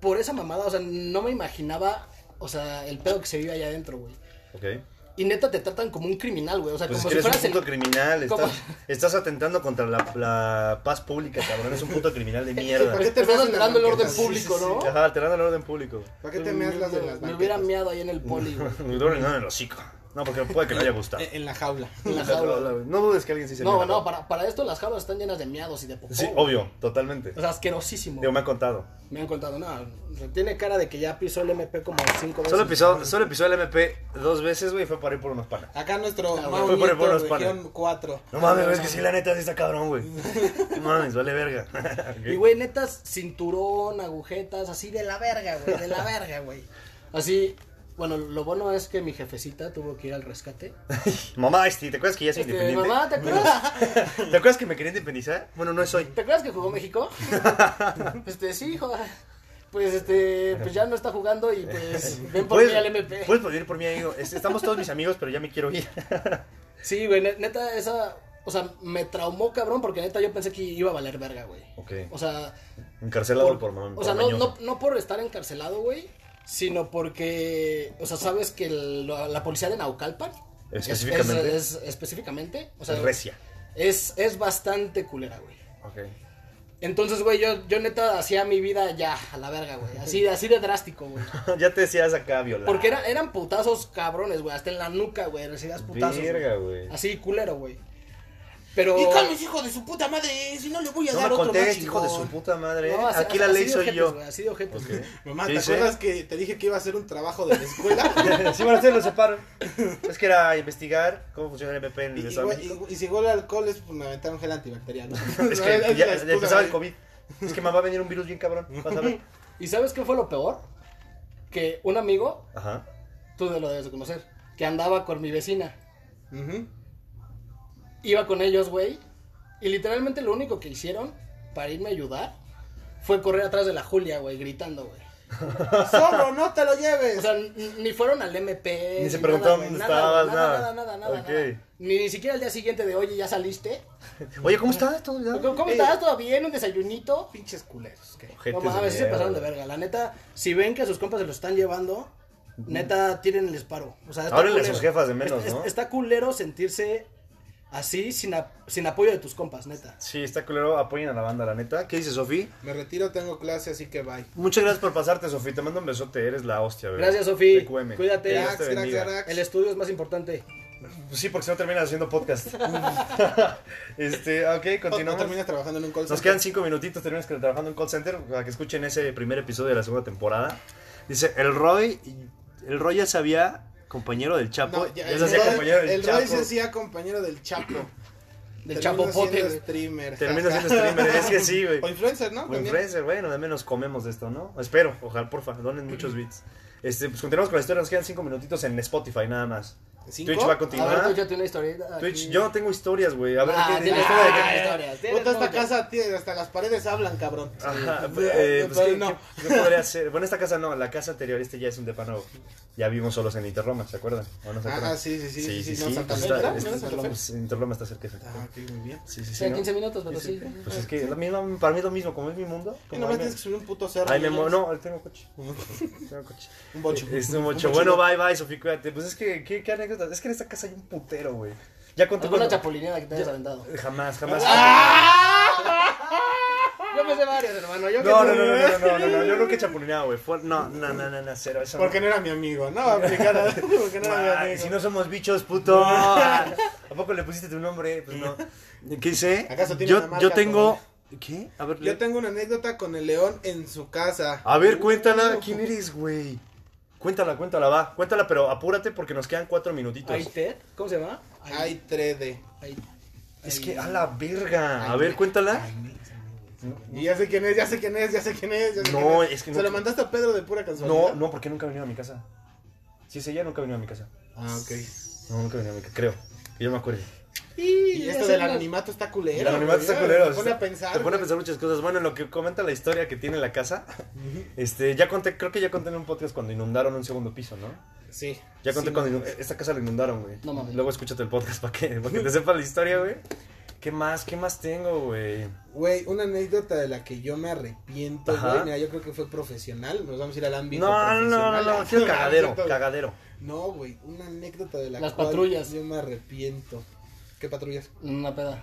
C: por esa mamada, o sea, no me imaginaba, o sea, el pedo que se vive allá adentro, güey.
A: Ok.
C: Y neta, te tratan como un criminal, güey, o sea,
A: Pues es
C: Ah, como
A: que eres
C: si
A: un
C: fueras el...
A: puto criminal.
C: como-
A: Estás, estás atentando contra la, la paz pública, cabrón. Es un puto criminal de mierda.
B: ¿Para qué te
C: Estás
B: meas en las
C: alterando el orden
B: banquetas? Sí,
C: público,
B: sí,
C: ¿no?
A: Ajá, alterando el orden público.
B: ¿Para qué te meas las de las
C: Me hubiera
B: banquetas?
C: meado ahí en el poli, güey.
A: Me duele nada en el hocico. No, porque puede que no haya gustado.
B: Eh, En en la jaula.
C: en la
A: No,
C: jaula.
A: no, no, no dudes que alguien sí se
C: No,
A: mea.
C: no, para, para esto las jaulas están llenas de miados y de popó.
A: Sí,
C: güey.
A: obvio, totalmente.
C: O sea, asquerosísimo.
A: Digo, me ha contado.
C: Me han contado, no, o sea, tiene cara de que ya pisó el MP como cinco veces.
A: Solo pisó, solo pisó el MP dos veces, güey, y fue para ir por unos panas.
B: Acá nuestro
C: Ah,
B: Mau
A: güey. Fue por- por
B: Nieto,
A: los panes.
B: región 4.
A: No mames, güey, es que sí, la neta, sí está cabrón, güey. No mames, vale verga. Ok.
C: Y güey, netas, cinturón, agujetas, así de la verga, güey, de la verga, güey. Así, bueno, lo bueno es que mi jefecita tuvo que ir al rescate.
A: Mamá, este, ¿te acuerdas que ya soy
C: Este,
A: independiente?
C: mamá, ¿te acuerdas?
A: ¿Te acuerdas que me quería independizar? Bueno, no es hoy.
C: ¿Te acuerdas que jugó México? Este, sí, hijo. Pues este, pues ya no está jugando y pues ven por mí al MP.
A: Puedes venir por mí, amigo. Es- Estamos todos mis amigos, pero ya me quiero ir.
C: Sí, güey, ne- neta, esa. O sea, me traumó cabrón porque neta yo pensé que iba a valer verga, güey.
A: Ok.
C: O sea,
A: Encarcelado por,
C: por-
A: mamá.
C: O sea, no, no, no por estar encarcelado, güey, sino porque, o sea, sabes que el- la, la policía de Naucalpan es-
A: Específicamente.
C: es, es- específicamente, o sea,
A: Recia.
C: es, es bastante culera, güey.
A: Ok.
C: Entonces, güey, yo, yo neta hacía mi vida ya a la verga, güey. Así, así de drástico, güey.
A: ya te decías acá violar.
C: Porque era- eran putazos cabrones, güey. Hasta en la nuca, güey. Recibías putazos.
A: Verga,
C: güey.
A: güey.
C: Así, culero, güey. Pero.
B: Y calmes, hijo de su puta madre, si no le voy a
A: No
B: dar
A: me
B: otro más
A: conté, hijo de su
B: chingón.
A: puta madre.
C: No, así-
A: ¿eh? Aquí la
C: así
A: ley
C: de
A: soy
C: ojetes,
A: yo.
C: güey, así de ojetes.
A: Ok.
B: Mamá,
A: ¿Qué
B: ¿te
A: dice?
B: acuerdas que te dije que iba a hacer un trabajo de la escuela?
A: Sí, van a hacer, lo separo. Es que era investigar cómo funciona el MPP en
B: Y,
A: el
B: y,
A: Estado de
B: güey,
A: México.
B: y- y si huele a alcohol es fundamental un gel antibacterial. ¿no?
A: Es
B: No,
A: que ya,
B: la
A: ya
B: excusa,
A: empezaba el
B: güey.
A: COVID. Es que me va a venir un virus bien cabrón. Vas a ver.
C: ¿Y sabes qué fue lo peor? Que un amigo,
A: Ajá.
C: tú lo debes de conocer, que andaba con mi vecina.
B: Ujú.
C: Iba con ellos, güey. Y literalmente lo único que hicieron para irme a ayudar fue correr atrás de la Julia, güey, gritando, güey.
B: Zorro, no te lo lleves.
C: O sea, n- ni fueron al MP.
A: Ni se
C: nada,
A: preguntaron
C: güey,
A: dónde
C: nada,
A: estabas,
C: nada.
A: nada.
C: Nada, nada, nada,
A: Ok.
C: nada. Ni, ni siquiera al día siguiente de, oye, ¿ya saliste?
A: Oye, ¿cómo estás? ¿Todo bien?
C: ¿Cómo, cómo
B: Eh.
C: estás? ¿Todo bien? ¿Un desayunito?
B: pinches culeros. ¿qué?
A: Ojetes
C: no mames,
A: de
C: sí se
A: mierda.
C: pasaron de verga. La neta, si ven que a sus compas se lo están llevando, neta, tienen el paro. O sea, está
A: Ábrele a
C: culero.
A: sus jefas de menos,
C: Es- es-
A: ¿no?
C: Está culero sentirse así sin, ap- sin apoyo de tus compas, neta.
A: Sí, está culero. Apoyen a la banda, la neta. ¿Qué dice Sofi?
B: Me retiro, tengo clase, así que bye.
A: Muchas gracias por pasarte, Sofi. Te mando un besote. Eres la hostia, bebé.
C: Gracias, Sofi.
A: TQM.
C: Cuídate.
A: Que Dios
B: Gracias,
A: te
B: gracias,
A: bendiga.
B: gracias.
C: El estudio es más importante.
A: Pues Sí, porque si no terminas haciendo podcast. este, ok,
B: No
A: continuamos.
B: terminas trabajando en un call
A: Nos
B: center.
A: quedan cinco minutitos, terminas que- trabajando en call center, para que escuchen ese primer episodio de la segunda temporada. Dice, el Roy, el Roy ya sabía compañero del Chapo.
B: No,
A: ya,
B: ya,
A: se
B: el,
A: hacía
B: Roy-
A: compañero del
B: el
A: Chapo.
B: Roy se hacía compañero del Chapo.
C: Del
B: Termina
C: chapopote.
B: siendo
C: güey.
B: streamer.
A: Termina
B: jaja.
A: siendo streamer, es que sí, güey.
B: O influencer, ¿no?
A: O
B: También.
A: influencer, bueno, de menos comemos de esto, ¿no? Espero, ojalá, porfa, donen muchos bits. Este, pues continuamos con la historia, nos quedan cinco minutitos en Spotify nada más.
B: ¿Cinco?
A: Twitch va a
C: A ver,
A: continuar.
C: tú échate una historia.
A: Twitch, yo no tengo historias, güey. A ver,
C: Ah,
A: ¿qué-
C: tienes
A: la historia de
C: historias,
A: qué-
C: historias. Tienes
B: Puta, esta
C: muchas.
B: casa tiene, hasta las paredes hablan, cabrón.
A: Ajá,
B: Sí.
A: eh, pues, ¿qué,
B: Pero no.
A: qué- qué podría ser? Bueno, esta casa no, la casa anterior, este ya es un depa nuevo. Ya vivimos solos en Interloma, ¿se acuerdan? ¿O no se
B: Ah,
A: acuerdan?
B: sí, sí, sí, sí, sí, no, Santa
A: pues,
B: Fe,
A: está-
B: ¿verdad?
A: es-
B: ¿No era Santa
A: Interloma,
B: Fe?
A: sí, Interloma está cerca. de Santa Fe.
B: Ah, ok, muy bien.
A: Sí, sí,
C: O
A: sí.
C: sea,
A: ¿no?
C: 15 minutos, pero sí.
A: Pues es que lo mismo, para mí es lo mismo, como es mi mundo.
B: Y
A: Como
B: nomás
A: ahí me,
B: tienes que subir un puto cerro.
A: ahí me
B: ¿no?
A: mo- no, ahí tengo coche. tengo coche.
B: Un bocho.
A: Es un mocho.
B: bocho.
A: Bueno, bye, bye, Sofía, cuídate. Pues es que, ¿qué, qué anécdotas? Es que en esta casa hay un putero, güey. Ya conté
C: Alguna
A: cuando-
C: chapulineada que te hayas aventado.
A: Jamás, jamás.
C: Ah, Yo me sé varias, hermano. Yo
A: No,
C: que-
A: no, no, no, no, no, no, no, yo nunca chapulineaba, güey. Fue- No, no, no, no, no, cero. Eso no.
B: Porque no era mi amigo, no, aplicada. Porque no era
A: Ah,
B: mi amigo.
A: si no somos bichos, puto. Ah, ¿A poco le pusiste tu nombre? Pues no. ¿Qué hice?
B: ¿Acaso tiene
A: yo,
B: una marca
A: yo tengo. ¿Qué? A ver,
B: Yo tengo una anécdota con el león en su casa.
A: a ver, cuéntala. ¿Quién eres, güey? Cuéntala, cuéntala, va. Cuéntala, pero apúrate porque nos quedan cuatro minutitos.
C: Aited, ¿cómo se llama?
B: Hay 3D.
C: Ay,
A: es que a la verga. A ver, cuéntala.
B: Y ya sé quién es, ya sé quién es, ya sé quién es. Ya sé
A: No,
B: quién
A: es que
B: Se
A: no-
B: lo mandaste a Pedro de pura casualidad.
A: No, no, porque nunca ha venido a mi casa. Si es ella, nunca ha venido a mi casa.
B: Ah, ok.
A: No, nunca ha venido a mi casa, creo. Que yo me acuerdo.
B: Y esto del animato está culero.
A: El anonimato
B: güey,
A: está
B: ya,
A: culero,
B: Te pone
A: está-
B: a pensar.
A: Te pone a
B: güey.
A: pensar muchas cosas. Bueno, en lo que comenta la historia que tiene la casa, este, ya conté, creo que ya conté en un podcast cuando inundaron un segundo piso, ¿no?
B: Sí.
A: Ya conté
B: Sí,
A: cuando inund- esta casa la inundaron, güey.
C: No mames.
A: Luego escúchate el podcast para que, para que te sepas la historia, güey. ¿Qué más? ¿Qué más tengo, güey?
B: Güey, una anécdota de la que yo me arrepiento,
A: Ajá.
B: güey. Mira, yo creo que fue profesional. Nos vamos a ir al ámbito
A: No, no,
B: profesional.
A: no, no, no, quiero
B: Ah,
A: cagadero,
B: cierto.
A: cagadero.
B: No, güey, una anécdota de la
C: Las
B: cual
C: patrullas.
B: yo me arrepiento. ¿Qué patrullas?
C: Una peda.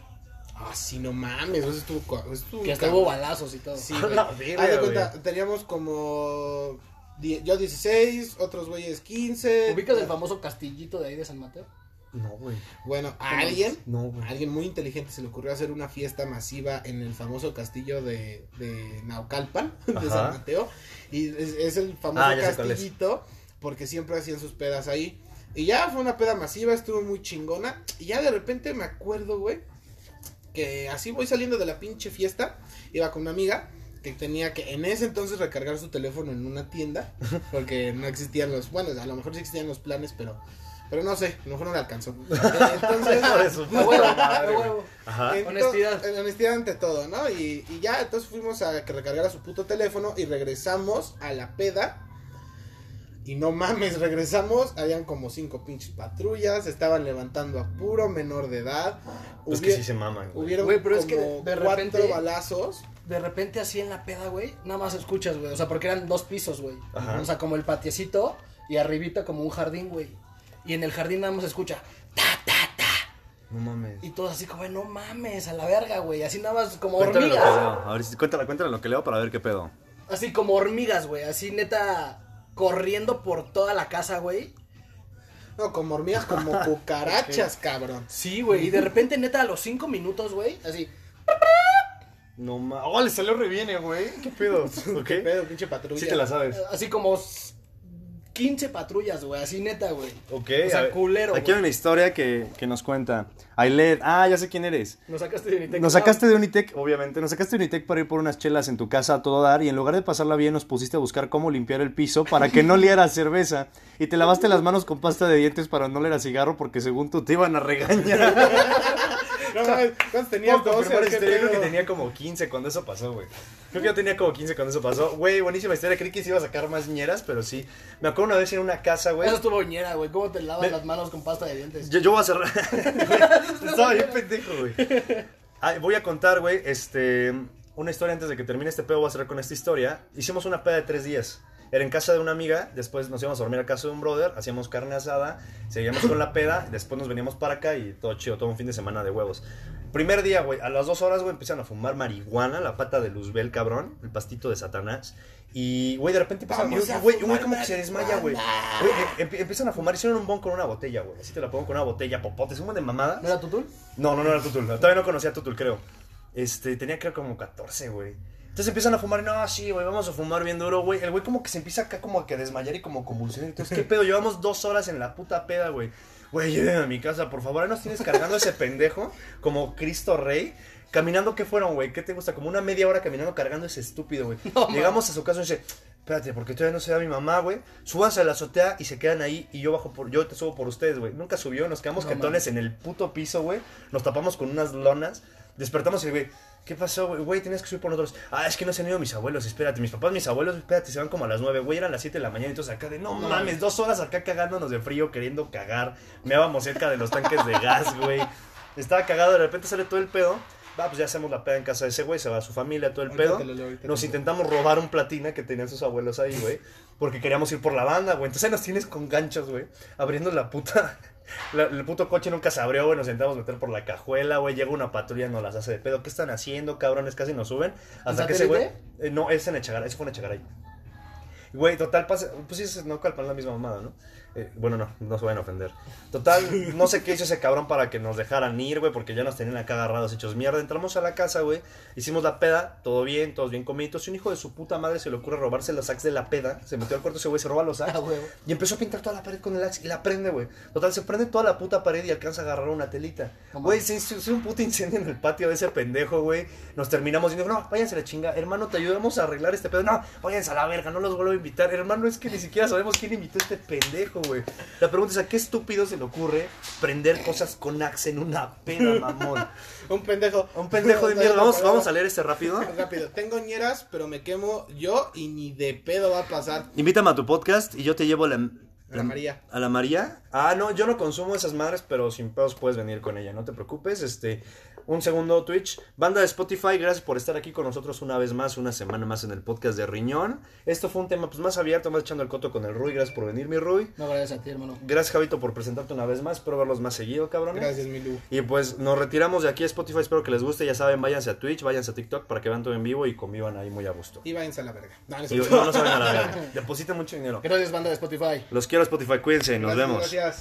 B: Ah, sí, no mames, eso estuvo... co- eso estuvo
C: Que hasta
B: cabrón.
C: hubo balazos y todo.
B: Sí,
A: A
B: güey.
A: la verga,
B: Haz de cuenta,
A: güey.
B: teníamos como... die- yo 16, otros güeyes 15.
C: ¿Ubicas el famoso castillito de ahí de San Mateo?
A: No, güey.
B: Bueno, a alguien...
A: No,
B: a
A: güey.
B: Alguien muy inteligente se le ocurrió hacer una fiesta masiva en el famoso castillo de, de Naucalpan,
A: Ajá.
B: de San Mateo. Y es, es el famoso
A: Ah, ya sé cuál es.
B: castillito, porque siempre hacían sus pedas ahí. Y ya fue una peda masiva, estuvo muy chingona. Y ya de repente me acuerdo, güey, que así voy saliendo de la pinche fiesta. Iba con una amiga que tenía que en ese entonces recargar su teléfono en una tienda, porque no existían los, bueno, a lo mejor sí existían los planes, pero... Pero no sé, a lo mejor no le alcanzó. Entonces,
A: Hijo de su
C: A huevo,
A: puta
C: a
A: madre, güey.
C: huevo.
A: Ajá.
B: Ento-
C: Honestidad.
B: eh, honestidad ante todo, ¿no? Y, y ya, entonces fuimos a que recargara su puto teléfono y regresamos a la peda. Y no mames, regresamos, habían como cinco pinches patrullas, estaban levantando a puro menor de edad.
A: Pues
B: Hubie-
A: que sí se maman, güey.
B: Hubieron
C: Güey, pero es que
B: como
C: de
B: cuatro
C: repente-
B: balazos.
C: De repente así en la peda, güey, nada más escuchas, güey. O sea, porque eran dos pisos, güey.
A: Ajá.
C: O sea, como el patiecito y arribita como un jardín, güey. Y en el jardín nada más escucha.
A: No mames.
C: Y todos así como, no mames, a la verga, güey. Así nada más como
A: Cuéntale lo que
C: hormigas.
A: leo. A ver, si- cuéntala, cuéntala lo que leo para ver qué pedo.
C: Así como hormigas, güey. Así neta corriendo por toda la casa, güey.
B: No, como hormigas, como cucarachas, cabrón.
C: Sí, güey. Y de repente, neta, a los cinco minutos, güey, así.
A: No mames. Oh, le salió reviene, güey. ¿Qué pedo? ¿Ok?
B: ¿Qué pedo, pinche patrulla?
A: Sí te la sabes.
C: Así como s- 15 patrullas, güey. Así neta, güey.
A: Ok.
C: O sea,
A: a ver,
C: culero,
A: Aquí
C: güey.
A: hay una historia que, que nos cuenta. Ailet. Ah, ya sé quién eres.
C: Nos sacaste de Unitec.
A: Nos sacaste de Unitec, obviamente, nos sacaste de Unitec para ir por unas chelas en tu casa a todo dar y en lugar de pasarla bien nos pusiste a buscar cómo limpiar el piso para que no liara cerveza y te lavaste las manos con pasta de dientes para no leer a cigarro porque según tú te iban a regañar.
B: No, mames, ¿cuántos tenías? 12, o qué
A: creo este que
B: pedo?
A: tenía como 15 cuando eso pasó, güey. Creo que yo tenía como 15 cuando eso pasó. Güey, buenísima historia, creí que se iba a sacar más ñeras, pero sí. Me acuerdo una vez en una casa, güey.
C: Eso estuvo bañera, güey. ¿Cómo te lavas
A: Me-
C: las manos con pasta de dientes?
A: Yo, yo voy a cerrar. Estaba yo pendejo, güey. Ah, voy a contar, güey, este, una historia antes de que termine este pedo. Voy a cerrar con esta historia. Hicimos una peda de tres días. Era en casa de una amiga. Después nos íbamos a dormir a casa de un brother. Hacíamos carne asada. Seguíamos con la peda. Después nos veníamos para acá y todo chido. Todo un fin de semana de huevos. Primer día, güey. A las dos horas, güey, empiezan a fumar marihuana. La pata de Luzbel, cabrón. El pastito de Satanás. Y, güey, de repente empiezan
B: Vamos a
A: Güey, un güey
B: fumar
A: como que se desmaya, güey.
B: marihuana.
A: Güey, eh, empi- empiezan a fumar. Hicieron un bon con una botella, güey. Así te la pongo con una botella, popotes. Un buen de mamada.
C: ¿No era tutul?
A: No, no, no era Tutul. Todavía no conocía a Tutul, creo. Este, tenía creo como 14, güey. Entonces empiezan a fumar, no, sí, güey, vamos a fumar bien duro, güey. El güey como que se empieza acá como a que desmayar y como convulsionar. Entonces, ¿qué pedo? Llevamos dos horas en la puta peda, güey. Güey, llévenme a mi casa, por favor. Ahí nos tienes cargando ese pendejo como Cristo Rey. Caminando, ¿qué fueron, güey? ¿Qué te gusta? Como una media hora caminando cargando ese estúpido, güey. Llegamos a su casa y dice, espérate, porque todavía no se da mi mamá, güey. Súbanse a la azotea y se quedan ahí y yo bajo por, yo te subo por ustedes, güey. Nunca subió, nos quedamos
C: No
A: cantones en el puto piso, güey. Nos tapamos con unas lonas. Despertamos y, el güey, ¿qué pasó, güey? Güey, tenías que subir por nosotros. Ah, es que no se han ido mis abuelos, espérate. Mis papás, mis abuelos, espérate, se van como a las 9, güey. Eran las 7 de la mañana. Entonces acá de, no
C: No.
A: mames, dos horas acá cagándonos de frío, queriendo cagar. Meábamos cerca de los tanques de gas, güey. Estaba cagado, de repente sale todo el pedo. Va, pues ya hacemos la peda en casa de ese güey, se va a su familia, todo el
B: Ahorita
A: pedo.
B: te lo leo, ahorita
A: Nos
B: te lo
A: intentamos robar un platina que tenían sus abuelos ahí, güey. Porque queríamos ir por la banda, güey. Entonces ahí nos tienes con ganchos, güey. Abriendo la puta. la- el puto coche nunca se abrió, güey. Nos intentamos meter por la cajuela, güey. Llega una patrulla, nos las hace de pedo. ¿Qué están haciendo, cabrones? Casi nos suben. Hasta que ese güey.
C: satélite?
A: Eh, no, es en Echegaray. Eso fue en Echegaray. Güey, total, pasa, pues sí, es- no calpan la misma mamada, ¿no? Eh, bueno, no, no se vayan a ofender. Total, no sé qué hizo ese cabrón para que nos dejaran ir, güey, porque ya nos tenían acá agarrados hechos mierda. Entramos a la casa, güey, hicimos la peda, todo bien, todos bien comiditos. Y un hijo de su puta madre se le ocurre robarse los sacks de la peda. Se metió al cuarto ese güey, se roba los sacks.
C: Ah, huevo.
A: Y empezó a pintar toda la pared con el axe y la prende, güey. Total, se prende toda la puta pared y alcanza a agarrar una telita.
C: No
A: Güey,
C: mames.
A: se hizo, hizo un puto incendio en el patio de ese pendejo, güey. Nos terminamos diciendo, no, váyanse a la chinga. Hermano, te ayudamos a arreglar este pedo. No, váyanse a la verga, no los vuelvo a invitar. Hermano, es que ni siquiera sabemos quién invitó a este pendejo, güey. La pregunta es, ¿a qué estúpido se le ocurre prender cosas con axe en una peda, mamón?
B: Un pendejo.
A: Un pendejo de mierda. Vamos, vamos a leer este rápido.
B: Rápido, tengo ñeras, pero me quemo yo y ni de pedo va a pasar.
A: Invítame a tu podcast y yo te llevo la... em-
B: A la María.
A: ¿A la María? Ah, no, yo no consumo esas madres, pero sin pedos puedes venir con ella, no te preocupes. Este, un segundo Twitch. Banda de Spotify, gracias por estar aquí con nosotros una vez más, una semana más en el podcast de Riñón. Esto fue un tema pues más abierto, más echando el coto con el Rui. Gracias por venir, mi Rui.
C: No, gracias a ti, hermano.
A: Gracias, Javito, por presentarte una vez más. Espero verlos más seguido, cabrones.
B: Gracias, Milu.
A: Y pues nos retiramos de aquí a Spotify, espero que les guste. Ya saben, váyanse a Twitch, váyanse a TikTok para que vean todo en vivo y convivan ahí muy a gusto.
B: Y váyanse a la verga. No, no es
A: Y,
B: cierto.
A: no, no saben a la verga. Depositen mucho dinero.
C: Gracias, banda de Spotify.
A: Los quiero, Spotify, cuídense, nos
B: Gracias,
A: vemos.
B: Gracias.